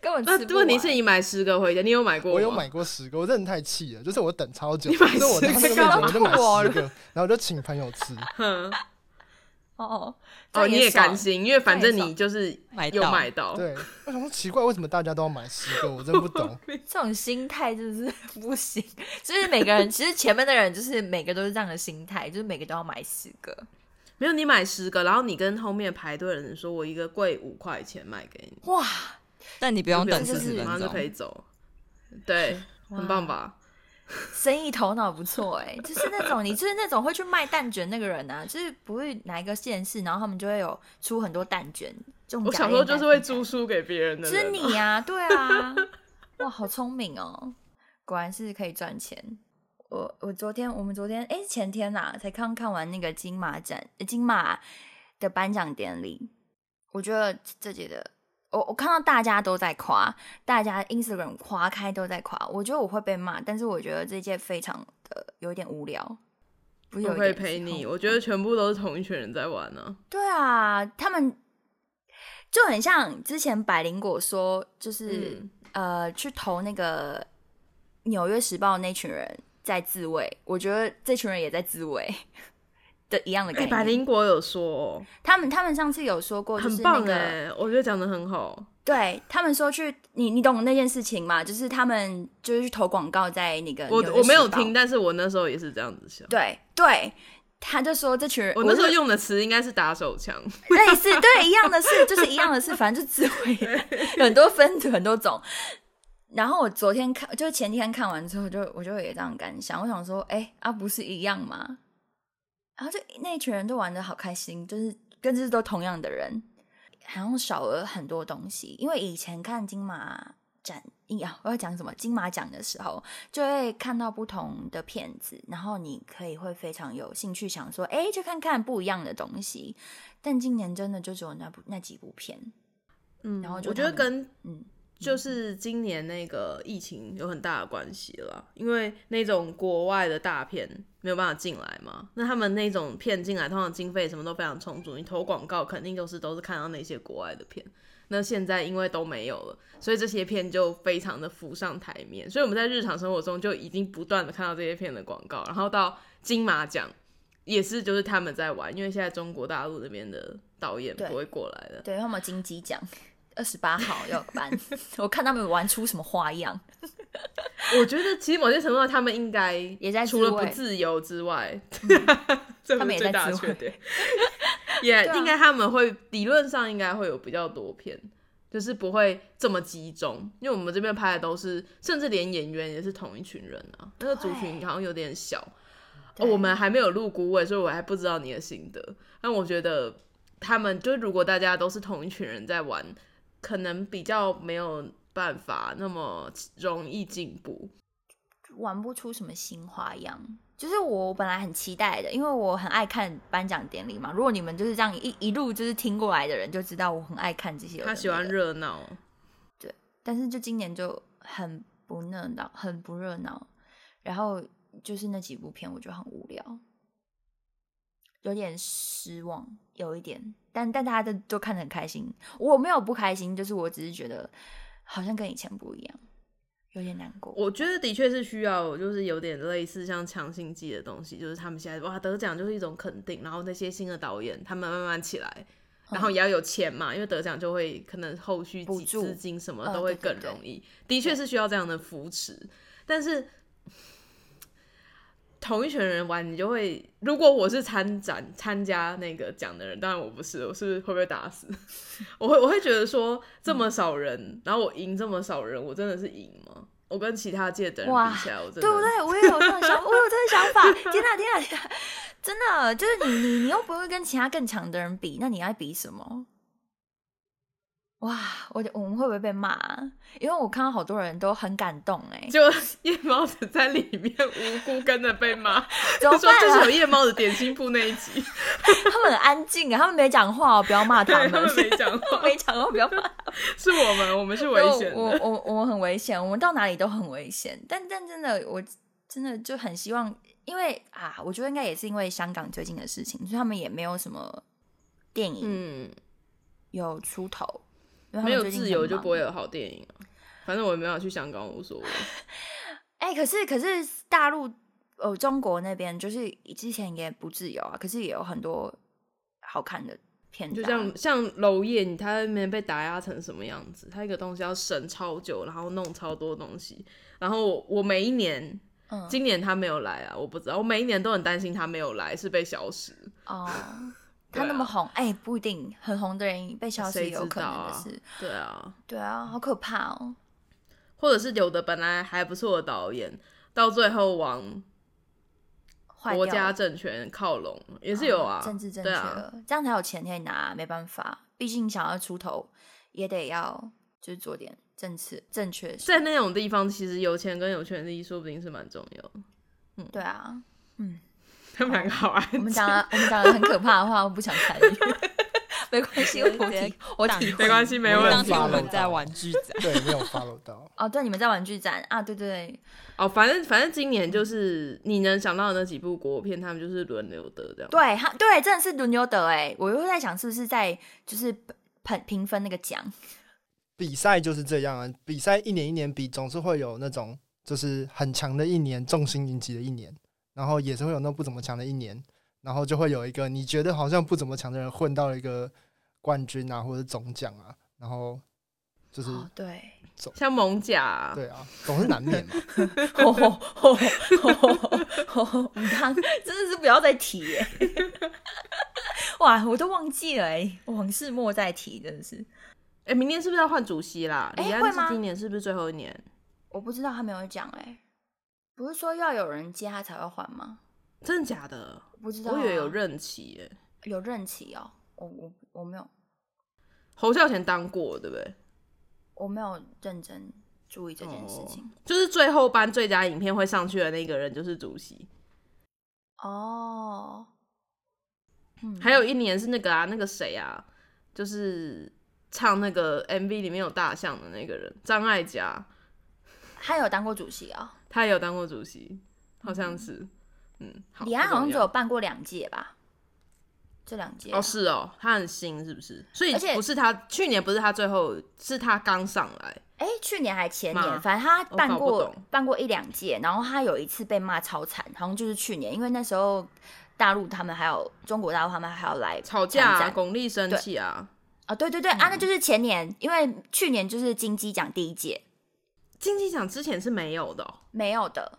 Speaker 1: 根本
Speaker 2: 那
Speaker 1: 吃不
Speaker 2: 啊问题
Speaker 1: 完
Speaker 2: 是你买十个回家，你有买过吗？
Speaker 3: 我有买过十个，我真的太气了，就是我等超久，
Speaker 2: 你买
Speaker 3: 所以我当
Speaker 2: 10
Speaker 3: 时面
Speaker 2: 个
Speaker 3: 前我就买
Speaker 1: 干嘛
Speaker 3: 十个，然后我就请朋友吃，
Speaker 2: 哼，
Speaker 1: 哦，
Speaker 2: 哦，
Speaker 1: 这
Speaker 2: 你也
Speaker 1: 爽
Speaker 2: 甘心，因为反正
Speaker 1: 这也
Speaker 2: 你就是
Speaker 4: 买
Speaker 2: 有
Speaker 4: 到
Speaker 2: 买到，
Speaker 3: 对，我想说奇怪，为什么大家都要买十个？我真不懂。
Speaker 1: 这种心态就是 不行，就是每个人，其实前面的人就是每个都是这样的心态，就是每个都要买十个。
Speaker 2: 没有你买十个，然后你跟后面排队的人说，我一个贵五块钱卖给你，
Speaker 1: 哇，
Speaker 4: 但你不用
Speaker 2: 就
Speaker 4: 等
Speaker 2: 不
Speaker 4: 四
Speaker 1: 这
Speaker 4: 十
Speaker 1: 是
Speaker 4: 分
Speaker 2: 马上就
Speaker 4: 钟
Speaker 2: 可，以走，对，
Speaker 1: 哇
Speaker 2: 很棒吧？
Speaker 1: 生意头脑不错哎、就是那种你就是那种会去卖蛋卷那个人啊，就是不会哪一个县市，然后他们就会有出很多蛋卷。这种
Speaker 2: 我小时候就是会租书给别人的
Speaker 1: 是
Speaker 2: 人啊，
Speaker 1: 你啊，对啊，哇，好聪明哦，果然是可以赚钱。我我昨天我们昨天哎前天啦、才刚看完那个金马展呃金马的颁奖典礼，我觉得这届的我我看到大家都在夸，大家 Instagram 划开都在夸，我觉得我会被骂，但是我觉得这届非常的有点无聊。不是有哦
Speaker 2: 我
Speaker 1: 一
Speaker 2: 可以
Speaker 1: 点
Speaker 2: 陪
Speaker 1: 失控
Speaker 2: 你，
Speaker 1: 吗
Speaker 2: 我觉得全部都是同一群人在玩呢、
Speaker 1: 对啊，他们就很像之前百灵果说，就是、
Speaker 2: 嗯
Speaker 1: 呃，去投那个《纽约时报》那群人在自卫，我觉得这群人也在自卫 的一样的
Speaker 2: 哎、
Speaker 1: 概
Speaker 2: 百
Speaker 1: 念。
Speaker 2: 灵果有说、哦，
Speaker 1: 他们他们上次有说过，就是
Speaker 2: 很
Speaker 1: 那
Speaker 2: 棒
Speaker 1: 个、
Speaker 2: 哎、我觉得讲的很好。
Speaker 1: 对他们说去你你懂那件事情吗？就是他们就是去投广告在那呃个
Speaker 2: 我
Speaker 1: 纽约
Speaker 2: 我没有
Speaker 1: 时报
Speaker 2: 听，，但是我那时候也是这样子想。
Speaker 1: 对对，他就说这群人，
Speaker 2: 我那时候
Speaker 1: 就
Speaker 2: 用的词应该是打手枪，
Speaker 1: 类似对一样的事，就是一样的事，反正就智慧很多分子很多种。然后我昨天看，就是前天看完之后就，我就有这样感想，我想说，哎、啊，不是一样吗？然后就那一群人都玩的好开心，就是跟这都同样的人，好像少了很多东西。因为以前看金马展，哎呀，我要讲什么金马奖的时候，就会看到不同的片子，然后你可以会非常有兴趣，想说，哎、去看看不一样的东西。但今年真的就只有那部那几部片，
Speaker 2: 嗯，
Speaker 1: 然后就
Speaker 2: 我觉得
Speaker 1: 他们
Speaker 2: 跟
Speaker 1: 嗯，
Speaker 2: 就是 今年那个疫情有很大的关系了，因为那种国外的大片没有办法进来嘛，那他们那种片进来，通常经费什么都非常充足，你投广告肯定就是都是看到那些国外的片。那现在因为都没有了，所以这些片就非常的浮上台面，所以我们在日常生活中就已经不断的看到这些片的广告，然后到金马奖也是就是他们在玩，因为现在中国大陆那边的导演
Speaker 1: 对
Speaker 2: 不会过来的，
Speaker 1: 对，他们有金鸡奖二十八号要办， 我看他们玩出什么花样。
Speaker 2: 我觉得其实某些程度上，他们应该
Speaker 1: 也在
Speaker 2: 除了
Speaker 1: 自
Speaker 2: 不
Speaker 1: 慰
Speaker 2: 自由之外， 这
Speaker 1: 他
Speaker 2: 不
Speaker 1: 们
Speaker 2: 是
Speaker 1: 也
Speaker 2: 最
Speaker 1: 在
Speaker 2: 大的
Speaker 1: 自
Speaker 2: 缺
Speaker 1: 慰
Speaker 2: 点。也、
Speaker 1: 对啊
Speaker 2: 应该他们会理论上应该会有比较多片，就是不会这么集中，因为我们这边拍的都是，甚至连演员也是同一群人啊，那个族群好像有点小。哦，
Speaker 1: 对
Speaker 2: 我们还没有录古尾，所以我还不知道你的心得。但我觉得他们就如果大家都是同一群人在玩，可能比较没有办法那么容易进步。
Speaker 1: 玩不出什么新花样。就是我本来很期待的，因为我很爱看颁奖典礼嘛。如果你们就是这样一一路就是听过来的人，就知道我很爱看这些有的没的。
Speaker 2: 他喜欢热闹，
Speaker 1: 但是就今年就很不热闹，很不热闹。然后就是那几部片，我觉得很无聊，有点失望，有一点。但但大家都都看得很开心，我没有不开心，就是我只是觉得好像跟以前不一样，有点难过。
Speaker 2: 我觉得的确是需要，就是有点类似像强心剂的东西，就是他们现在哇得奖就是一种肯定，然后那些新的导演他们慢慢起来，然后也要有钱嘛，因为得奖就会可能后续
Speaker 1: 嗯补
Speaker 2: 集
Speaker 1: 助
Speaker 2: 资金什么
Speaker 1: 呃
Speaker 2: 都会
Speaker 1: 对
Speaker 2: 更
Speaker 1: 对
Speaker 2: 容易，的确是需要这样的扶持，但是。同一群人玩，你就会。如果我是参展参加那个奖的人，当然我不是，我是会被打死。 我会我会觉得说这么少人，然后我赢这么少人，我真的是赢吗？我跟其他界的人
Speaker 1: 哇
Speaker 2: 比起来，我真的
Speaker 1: 对不对？我也有这种 想，我有这个想法。天哪，天哪，天哪！真的，就是你，你，你又不会跟其他更强的人比，那你要比什么？哇，我我们会不会被骂、啊？因为我看到好多人都很感动哎、
Speaker 2: 就夜猫子在里面无辜跟着被骂，
Speaker 1: 怎
Speaker 2: 就
Speaker 1: 么
Speaker 2: 说
Speaker 1: 办
Speaker 2: 就是有
Speaker 1: 啊？
Speaker 2: 夜猫子点心铺那一集，
Speaker 1: 他们很安静啊，他们没讲话哦，不要 骂他
Speaker 2: 对
Speaker 1: 们。
Speaker 2: 他们没讲话，
Speaker 1: 没讲话，不要骂。
Speaker 2: 是我们，我们是危险
Speaker 1: 我
Speaker 2: 的。
Speaker 1: 我我我很危险，我们到哪里都很危险。但但真的，我真的就很希望，因为啊，我觉得应该也是因为香港最近的事情，所以他们也没有什么电影
Speaker 2: 嗯，
Speaker 1: 有出头，因为他们
Speaker 2: 没有
Speaker 1: 最近
Speaker 2: 自
Speaker 1: 很
Speaker 2: 由就
Speaker 1: 忙
Speaker 2: 不会有好电影啊。反正我也没有去香港，无所谓。
Speaker 1: 哎、可是可是大陆呃中国那边就是之前也不自由啊，可是也有很多好看的片啊
Speaker 2: 就
Speaker 1: 段。
Speaker 2: 像像娄烨，他在那边被打压成什么样子？他一个东西要审超久，然后弄超多东西，然后我我每一年。
Speaker 1: 嗯
Speaker 2: 今年他没有来啊，我不知道。我每一年都很担心他没有来，是被消失。
Speaker 1: 哦，
Speaker 2: 对
Speaker 1: 他那么
Speaker 2: 啊
Speaker 1: 红，哎、不一定很红的人被消失
Speaker 2: 谁
Speaker 1: 也有
Speaker 2: 知
Speaker 1: 可
Speaker 2: 道
Speaker 1: 能的
Speaker 2: 啊
Speaker 1: 事。
Speaker 2: 对啊，
Speaker 1: 对啊，好可怕哦。
Speaker 2: 或者是有的本来还不错的导演，到最后往
Speaker 1: 坏
Speaker 2: 国
Speaker 1: 掉
Speaker 2: 家
Speaker 1: 了
Speaker 2: 政权靠拢，也是有啊，
Speaker 1: 哦政治正确
Speaker 2: 对
Speaker 1: 了，
Speaker 2: 啊，
Speaker 1: 这样才有钱可以拿，没办法，毕竟想要出头也得要就是做点正确正确的事。
Speaker 2: 在那种地方，其实有钱跟有权利说不定是蛮重要的。
Speaker 1: 对啊，
Speaker 2: 他们两个好爱
Speaker 1: 我们讲了我们讲了很可怕的话，我不想 参与，没关系，我
Speaker 4: 直接
Speaker 1: 体我
Speaker 4: 挡
Speaker 1: 体
Speaker 4: 住
Speaker 1: 会
Speaker 2: 没关系，没
Speaker 3: 我
Speaker 2: 问
Speaker 4: 当
Speaker 2: 题
Speaker 4: 天。我们在玩剧仔，
Speaker 3: 对，没有 follow 到。
Speaker 1: 哦，对，你们在玩剧展啊？对对对，
Speaker 2: 哦，反正反正今年就是你能想到的那几部国片，他们就是轮流得这样。
Speaker 1: 对他对，真的是轮流得哎，我又在想是不是在就是评评分那个奖，
Speaker 3: 比赛就是这样啊，比赛一年一年比，总是会有那种就是很强的一年，重心云集的一年，然后也是会有那不怎么强的一年，然后就会有一个你觉得好像不怎么强的人混到了一个冠军啊，或者总奖啊，然后就是、
Speaker 1: 哦，对，
Speaker 2: 像蒙甲、
Speaker 3: 对啊，总是难免嘛。
Speaker 1: 吼吼吼吼吼！你看，真的是不要再提耶！哇，我都忘记了哎，往事莫再提，真的是。
Speaker 2: 哎、明年是不是要换主席啦？
Speaker 1: 哎
Speaker 2: 李
Speaker 1: 会
Speaker 2: 安
Speaker 1: 吗
Speaker 2: 是今年是不是最后一年？
Speaker 1: 我不知道他没有讲哎，不是说要有人接他才会换吗？
Speaker 2: 真的假的？
Speaker 1: 不知道啊、
Speaker 2: 我以为有任期耶。
Speaker 1: 有任期哦，我我我没有
Speaker 2: 侯孝贤当过，对不对？
Speaker 1: 我没有认真注意这件事情
Speaker 2: 哦就是最后颁最佳影片会上去的那个人就是主席。
Speaker 1: 哦。嗯，
Speaker 2: 还有一年是那个啊，那个谁啊，就是唱那个 MV 里面有大象的那个人，张艾嘉，
Speaker 1: 他有当过主席哦，
Speaker 2: 他也有当过主席，好像是。嗯，好
Speaker 1: 李安好
Speaker 2: 不
Speaker 1: 像
Speaker 2: 重
Speaker 1: 只
Speaker 2: 要
Speaker 1: 有办过两届吧，这两届
Speaker 2: 哦，是哦，他很新是不是？所以
Speaker 1: 而且
Speaker 2: 不是他去年不是他最后，是他刚上来。
Speaker 1: 哎，去年还前
Speaker 2: 骂
Speaker 1: 年，反正他
Speaker 2: 我
Speaker 1: 办
Speaker 2: 搞不
Speaker 1: 过
Speaker 2: 懂
Speaker 1: 办过一两届，然后他有一次被骂超惨，好像就是去年，因为那时候大陆他们还有中国大陆他们还有来
Speaker 2: 吵架、
Speaker 1: 参
Speaker 2: 啊，嗯
Speaker 1: 展
Speaker 2: 巩俐生
Speaker 1: 对
Speaker 2: 气啊！
Speaker 1: 啊，对对对、啊，那就是前年，因为去年就是金鸡奖第一届
Speaker 2: 金鸡奖之前是没有的哦、
Speaker 1: 没有的，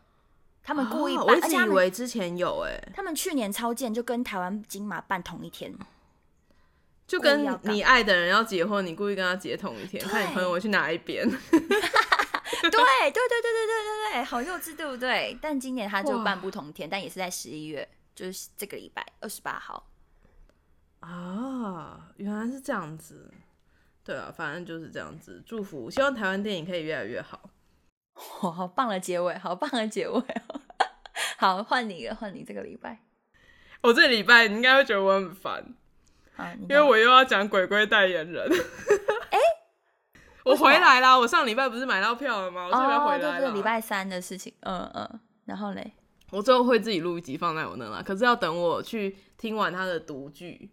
Speaker 1: 他
Speaker 2: 他
Speaker 1: 们故意
Speaker 2: 啊我
Speaker 1: 办，而
Speaker 2: 一直
Speaker 1: 且他
Speaker 2: 以
Speaker 1: 们
Speaker 2: 为之前有哎、
Speaker 1: 他们去年超贱，就跟台湾金马办同一天，
Speaker 2: 就
Speaker 1: 故意
Speaker 2: 跟
Speaker 1: 要搞
Speaker 2: 你爱的人要结婚，你故意跟他结同一天，
Speaker 1: 对
Speaker 2: 看你朋友会去哪一 边。
Speaker 1: 对对对对对对对对，好幼稚，对不对？但今年他就
Speaker 2: 哇
Speaker 1: 办不同天，但也是在十一月，就是这个礼拜二十八号。
Speaker 2: 啊，原来是这样子。对啊，反正就是这样子。祝福，希望台湾电影可以越来越好。
Speaker 1: 哇，哦好棒的结尾，好棒的结尾、哦。 好，换你了，换你这个礼拜
Speaker 2: 我这礼拜你应该会觉得我很烦，
Speaker 1: 啊，因
Speaker 2: 因为我又要讲鬼鬼代言 人。哎、 我回来啦！我上礼拜不是买到票了吗？我这礼拜
Speaker 1: 哦，
Speaker 2: 回
Speaker 1: 对
Speaker 2: 来
Speaker 1: 对，
Speaker 2: 了。
Speaker 1: 礼拜三的事情，嗯嗯，然后嘞，
Speaker 2: 我最后会自己录一集放在我那啦，可是要等我去听完他的独剧。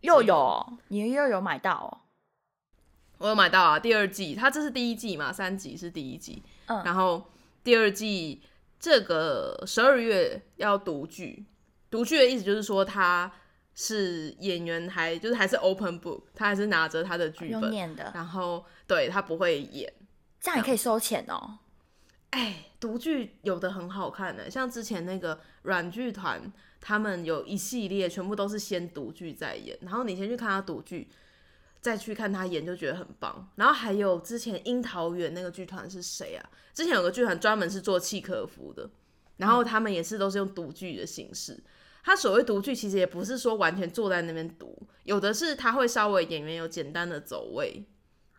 Speaker 1: 又有哦你又有买到哦，
Speaker 2: 我有买到啊，第二季，它这是第一季嘛，三集是第一季，
Speaker 1: 嗯
Speaker 2: 然后第二季这个十二月要独剧，独剧的意思就是说他是演员还就是还是 open book，他还是拿着他的剧
Speaker 1: 哦用
Speaker 2: 本，
Speaker 1: 念的，
Speaker 2: 然后对他不会演。
Speaker 1: 这样也可以收钱哦。
Speaker 2: 哎，独剧有的很好看的、像之前那个软剧团，他们有一系列全部都是先独剧再演，然后你先去看他独剧，再去看他演，就觉得很棒。然后还有之前樱桃园那个剧团是谁啊？之前有个剧团专门是做契诃夫的，然
Speaker 1: 嗯
Speaker 2: 后他们也是都是用独剧的形式。他所谓独剧，其实也不是说完全坐在那边读，有的是他会稍微演员有简单的走位，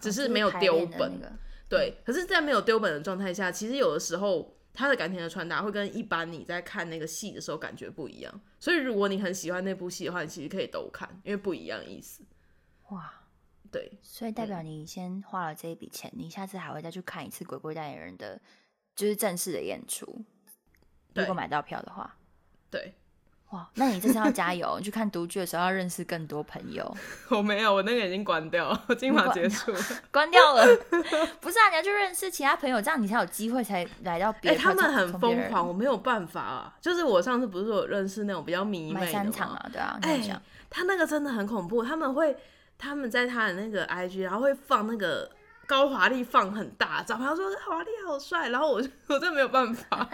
Speaker 2: 只是没有
Speaker 1: 哦排
Speaker 2: 丢
Speaker 1: 练的
Speaker 2: 本
Speaker 1: 那。个
Speaker 2: 对，可是，在没有丢本的状态下，其实有的时候他的感情的传达会跟一般你在看那个戏的时候感觉不一样。所以，如果你很喜欢那部戏的话，你其实可以都看，因为不一样意思。
Speaker 1: 哇，
Speaker 2: 对，
Speaker 1: 所以代表你先花了这一笔钱，你下次还会再去看一次《鬼鬼代言人》的，就是正式的演出。如
Speaker 2: 对
Speaker 1: 果买到票的话，
Speaker 2: 对，
Speaker 1: 哇，那你这次要加油！你去看独剧的时候要认识更多朋友。
Speaker 2: 我没有，我那个已经关掉了，我金马结束了。
Speaker 1: 关掉了， 不是啊，你要去认识其他朋友，这样你才有机会才来到别
Speaker 2: 哎、
Speaker 1: 的
Speaker 2: 他
Speaker 1: 课程。
Speaker 2: 们很
Speaker 1: 从别
Speaker 2: 疯
Speaker 1: 人
Speaker 2: 狂，我没有办法啊。就是我上次不是有认识那种比较迷妹
Speaker 1: 买
Speaker 2: 的
Speaker 1: 三
Speaker 2: 吗？
Speaker 1: 场啊，对啊，
Speaker 2: 哎、
Speaker 1: 你想，
Speaker 2: 他那个真的很恐怖，他们会他们在他的那个 IG，然后会放那个高华丽放很大照，他说华丽好帅，然后我就 我真的没有办法，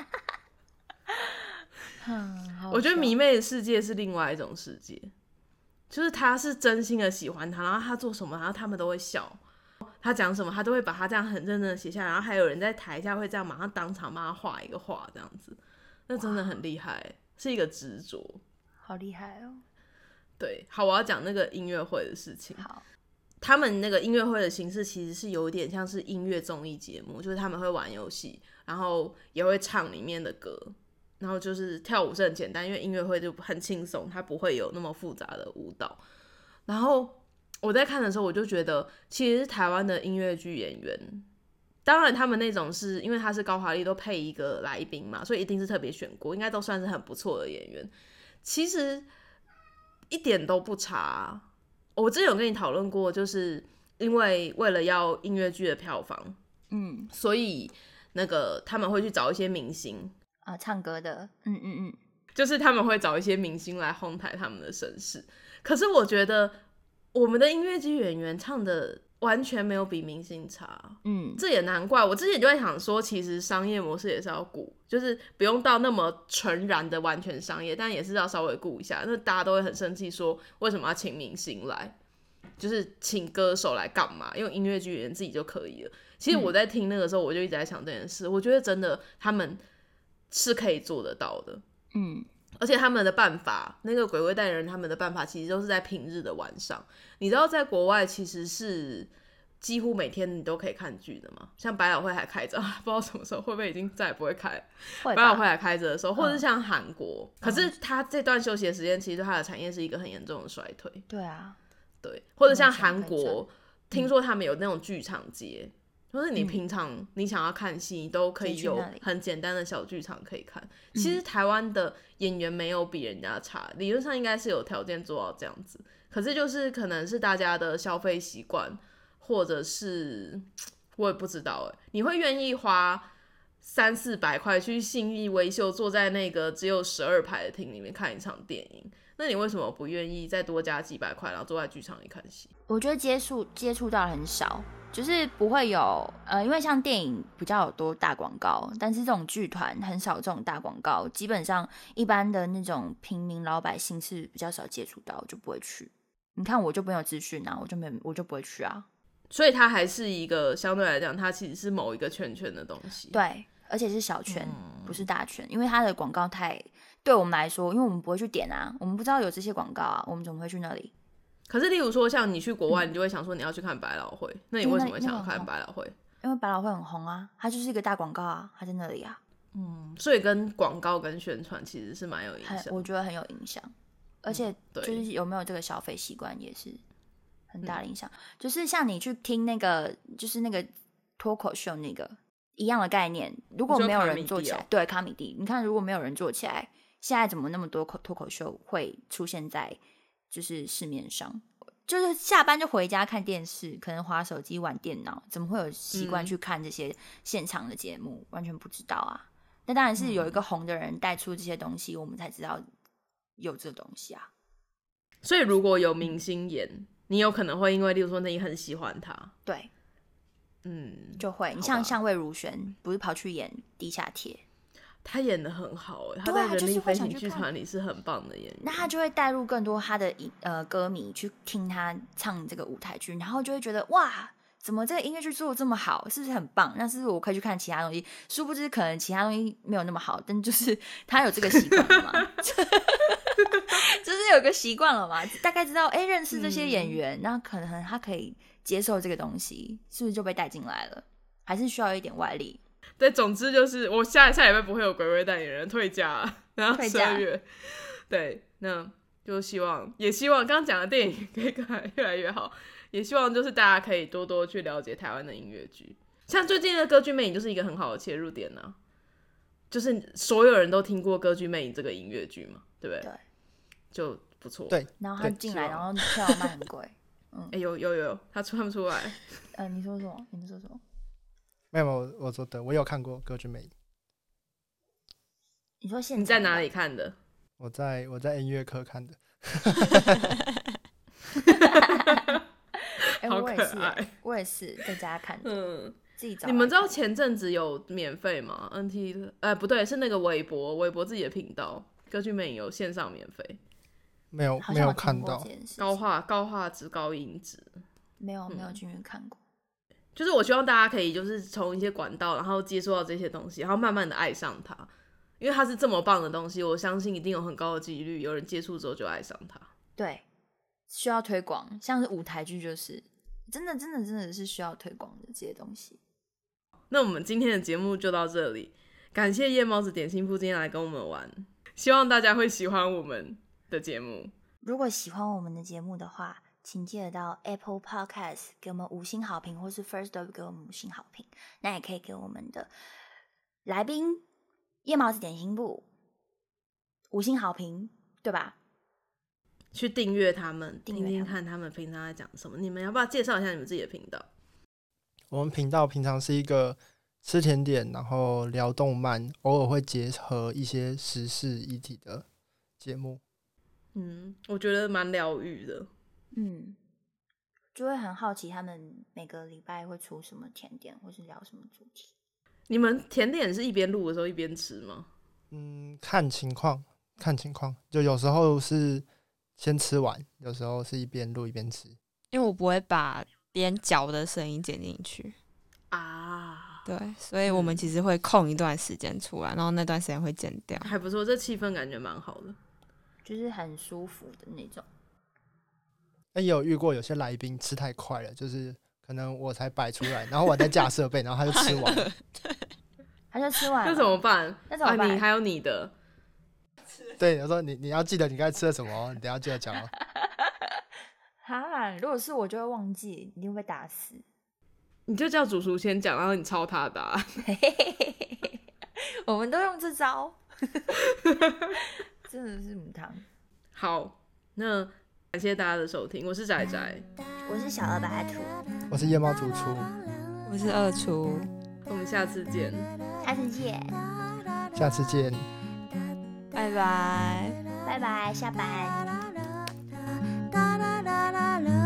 Speaker 1: 嗯，好
Speaker 2: 我觉得
Speaker 1: 笑
Speaker 2: 迷妹的世界是另外一种世界，就是他是真心的喜欢他，然后他做什么，然后他们都会笑。他讲什么，他都会把他这样很认真的写下来，然后还有人在台下会这样马上当场帮他画一个画，这样子，那真的很厉害，是一个执着。
Speaker 1: 好厉害哦。
Speaker 2: 对，好，我要讲那个音乐会的事情。
Speaker 1: 好，
Speaker 2: 他们那个音乐会的形式其实是有点像是音乐综艺节目，就是他们会玩游戏，然后也会唱里面的歌，然后就是跳舞是很简单，因为音乐会就很轻松，它不会有那么复杂的舞蹈。然后我在看的时候，我就觉得其实台湾的音乐剧演员，当然他们那种是因为他是高华丽都配一个来宾嘛，所以一定是特别选过，应该都算是很不错的演员。其实一点都不差啊、我之前有跟你讨论过，就是因为为了要音乐剧的票房，
Speaker 1: 嗯
Speaker 2: 所以那个他们会去找一些明星，
Speaker 1: 啊，唱歌的，嗯嗯嗯，
Speaker 2: 就是他们会找一些明星来哄抬他们的声势。可是我觉得我们的音乐剧演员唱的完全没有比明星差，
Speaker 1: 嗯，
Speaker 2: 这也难怪。我之前就在想说，其实商业模式也是要顾，就是不用到那么纯然的完全商业，但也是要稍微顾一下。那大家都会很生气，说为什么要请明星来，就是请歌手来干嘛？用音乐剧演员自己就可以了。其实我在听那个时候，我就一直在想这件事。我觉得真的他们是可以做得到的，
Speaker 1: 嗯
Speaker 2: 而且他们的办法，那个鬼鬼代言人他们的办法，其实都是在平日的晚上。你知道，在国外其实是几乎每天你都可以看剧的嘛，像百老汇还开着， 啊不知道什么时候会不会已经再也不 会开。
Speaker 1: 会
Speaker 2: 百老汇
Speaker 1: 吧
Speaker 2: 还开着的时候，或者是像韩国，可是它这段休息的时间，其实对它的产业是一个很严重的衰退。
Speaker 1: 对啊，
Speaker 2: 对，或者
Speaker 1: 完
Speaker 2: 像
Speaker 1: 全
Speaker 2: 韩
Speaker 1: 可以这样
Speaker 2: 国，听说他们有那种剧场街，就是你平常你想要看戏，你都
Speaker 1: 嗯
Speaker 2: 可
Speaker 1: 可以
Speaker 2: 以
Speaker 1: 去
Speaker 2: 有
Speaker 1: 那里嗯
Speaker 2: 很简单的小剧场可以看。其实台湾的演员没有比人家差，理论上应该是有条件做到这样子，可是就是可能是大家的消费习惯，或者是我也不知道哎、你会愿意花？三四百块去信义维修，坐在那个只有十二排的厅里面看一场电影，那你为什么不愿意再多加几百块，然后坐在剧场里看戏？
Speaker 1: 我觉得接触接触到很少，就是不会有呃，因为像电影比较有多大广告，但是这种剧团很少这种大广告，基本上一般的那种平民老百姓是比较少接触到，就不会去。你看我就没有资讯啊，我就没我就不会去啊。
Speaker 2: 所以它还是一个相对来讲，它其实是某一个圈圈的东西。，
Speaker 1: 对，而且是小圈，不是大圈，因为它的广告太对我们来说，因为我们不会去点啊，我们不知道有这些广告啊，我们怎么会去那里？
Speaker 2: 可是例如说像你去国外，你就会想说你要去看百老汇，
Speaker 1: 嗯
Speaker 2: 那你为什么会想要看百老汇？
Speaker 1: 因为百老汇很红啊，它就是一个大广告啊，它在那里啊，
Speaker 2: 嗯，所以跟广告跟宣传其实是蛮有影
Speaker 1: 很
Speaker 2: 响。嗯
Speaker 1: 我觉得很有影响，而且
Speaker 2: 对
Speaker 1: 就是有没有这个消费习惯也是很
Speaker 2: 嗯
Speaker 1: 大的影响。就是像你去听那个，就是那个脱口秀那个一样的概念，如果
Speaker 2: 你说
Speaker 1: 没有
Speaker 2: 卡
Speaker 1: 人
Speaker 2: 米
Speaker 1: 做
Speaker 2: 蒂
Speaker 1: 起来，
Speaker 2: 哦
Speaker 1: 对卡米蒂，你看如果没有人做起来，现在怎么那么多口脱口秀会出现在就是市面上？就是下班就回家看电视，可能划手机、玩电脑，怎么会有习惯
Speaker 2: 嗯
Speaker 1: 去看这些现场的节目？完全不知道啊！那当然是有一
Speaker 2: 嗯
Speaker 1: 个红的人带出这些东西，我们才知道有这东西啊。
Speaker 2: 所以如果有明星演，你有可能会因为例如说你很喜欢他，
Speaker 1: 对，
Speaker 2: 嗯，
Speaker 1: 就会你
Speaker 2: 好
Speaker 1: 像
Speaker 2: 吧
Speaker 1: 像魏如萱，不是跑去演地下铁，
Speaker 2: 他演的很好、欸，他
Speaker 1: 对啊
Speaker 2: 在
Speaker 1: 就
Speaker 2: 人
Speaker 1: 是
Speaker 2: 力
Speaker 1: 会
Speaker 2: 飞
Speaker 1: 想
Speaker 2: 行
Speaker 1: 去
Speaker 2: 剧
Speaker 1: 看
Speaker 2: 团里是很棒的演员。
Speaker 1: 那他就会带入更多他的影呃歌迷去听他唱这个舞台剧，然后就会觉得哇，怎么这个音乐剧做的这么好，是不是很棒？那是不是我可以去看其他东西？殊不知可能其他东西没有那么好，但就是 他有这个习惯了 嘛，就是有个习惯了嘛，大概知道哎、诶认识这些
Speaker 2: 嗯
Speaker 1: 演员，那可能他可以接受这个东西，是不是就被带进来了？还是需要一点外力？
Speaker 2: 对，总之就是我下下礼拜不会有鬼鬼代言人退价， 然后
Speaker 1: 退
Speaker 2: 十
Speaker 1: 价
Speaker 2: 二月，对，那就希望也希望刚刚讲的电影可以看得越来越好， 也希望就是大家可以多多去了解台湾的音乐剧，像最近的歌剧魅影就是一个很好的切入啊点呢、就是所有人都听过歌剧魅影这个音乐剧嘛，对不对？
Speaker 1: 对
Speaker 2: 就不错。
Speaker 3: 对，
Speaker 1: 然后他
Speaker 3: 对
Speaker 1: 进
Speaker 2: 是哦
Speaker 1: 来，
Speaker 2: 吧
Speaker 1: 然后票卖很贵。
Speaker 2: 哎、有有有，他穿不出来。
Speaker 1: 呃，你说什么？你们说什么？
Speaker 3: 没有，没有我我说的，我有看过《歌剧魅影》，
Speaker 1: 你说现
Speaker 2: 你在
Speaker 1: 场
Speaker 2: 哪
Speaker 1: 吗
Speaker 2: 里？看的？
Speaker 3: 我在我在音乐课看的，
Speaker 1: 哎、
Speaker 2: 好
Speaker 1: 我也
Speaker 2: 可
Speaker 1: 是、
Speaker 2: 爱
Speaker 1: 我也是在家看的，
Speaker 2: 嗯，
Speaker 1: 自己找来看。
Speaker 2: 你们知道前阵子有免费吗？NT 的，哎、不对，是那个微博，微博自己的频道，歌剧魅影有线上免费，
Speaker 3: 没有
Speaker 1: 好
Speaker 3: 没
Speaker 1: 像
Speaker 3: 有
Speaker 1: 我
Speaker 3: 看
Speaker 1: 听过
Speaker 3: 到
Speaker 1: 这，件事
Speaker 2: 高
Speaker 1: 情
Speaker 2: 画嗯高画质、高音质。
Speaker 1: 没有没有进去看过。
Speaker 2: 就是我希望大家可以就是从一些管道，然后接触到这些东西，然后慢慢的爱上它，因为它是这么棒的东西，我相信一定有很高的几率有人接触之后就爱上它。
Speaker 1: 对，需要推广，像是舞台剧就是真的真的真的是需要推广的这些东西。
Speaker 2: 那我们今天的节目就到这里，感谢夜猫子点心铺今天来跟我们玩，希望大家会喜欢我们的节目。
Speaker 1: 如果喜欢我们的节目的话，请记得到 Apple Podcast 给我们五星好评，或是 First Story 给我们五星好评。那也可以给我们的来宾夜猫子点心部五星好评，对吧？
Speaker 2: 去订阅他们，
Speaker 1: 订
Speaker 2: 听
Speaker 1: 阅他们
Speaker 2: 听看他们平常在讲什么。你们要不要介绍一下你们自己的频道？
Speaker 3: 我们频道平常是一个吃甜点，然后聊动漫，偶尔会结合一些时事议题的节目。
Speaker 2: 嗯，我觉得蛮疗愈的。
Speaker 1: 嗯，就会很好奇他们每个礼拜会出什么甜点，或是聊什么主题。
Speaker 2: 你们甜点是一边录的时候一边吃吗？
Speaker 3: 嗯，看情况，看情况，就有时候是先吃完，有时候是一边录一边吃。
Speaker 4: 因为我不会把边嚼的声音剪进去，
Speaker 2: 啊，
Speaker 4: 对，所以我们其实会空一段时间出来，然后那段时间会剪掉。
Speaker 2: 还不错，这气氛感觉蛮好的。
Speaker 1: 就是很舒服的那种。
Speaker 3: 那也有遇过有些来宾吃太快了，就是可能我才摆出来，然后我在架设备，然后他就吃 完了。
Speaker 1: 他就吃完了，
Speaker 2: 那怎么办？
Speaker 1: 那怎么办
Speaker 2: 啊、你还有你的，
Speaker 3: 对，他说你你要记得你该吃了什么哦，你等一下记得讲哦。
Speaker 1: 哈，如果是我就会忘记，一定会被打 死。
Speaker 2: 你就叫主厨先讲，然后你抄他的、啊。
Speaker 1: 我们都用这招， 真的是母汤。
Speaker 2: 好，那感谢大家的收听，我是仔仔，
Speaker 1: 我是小二白兔，
Speaker 3: 我是夜猫主厨，
Speaker 4: 我是二厨。
Speaker 2: 我们下次见。
Speaker 1: 下次见，
Speaker 3: 下次见。
Speaker 4: 拜拜。
Speaker 1: 拜拜，下班。
Speaker 5: 哒啦啦啦啦。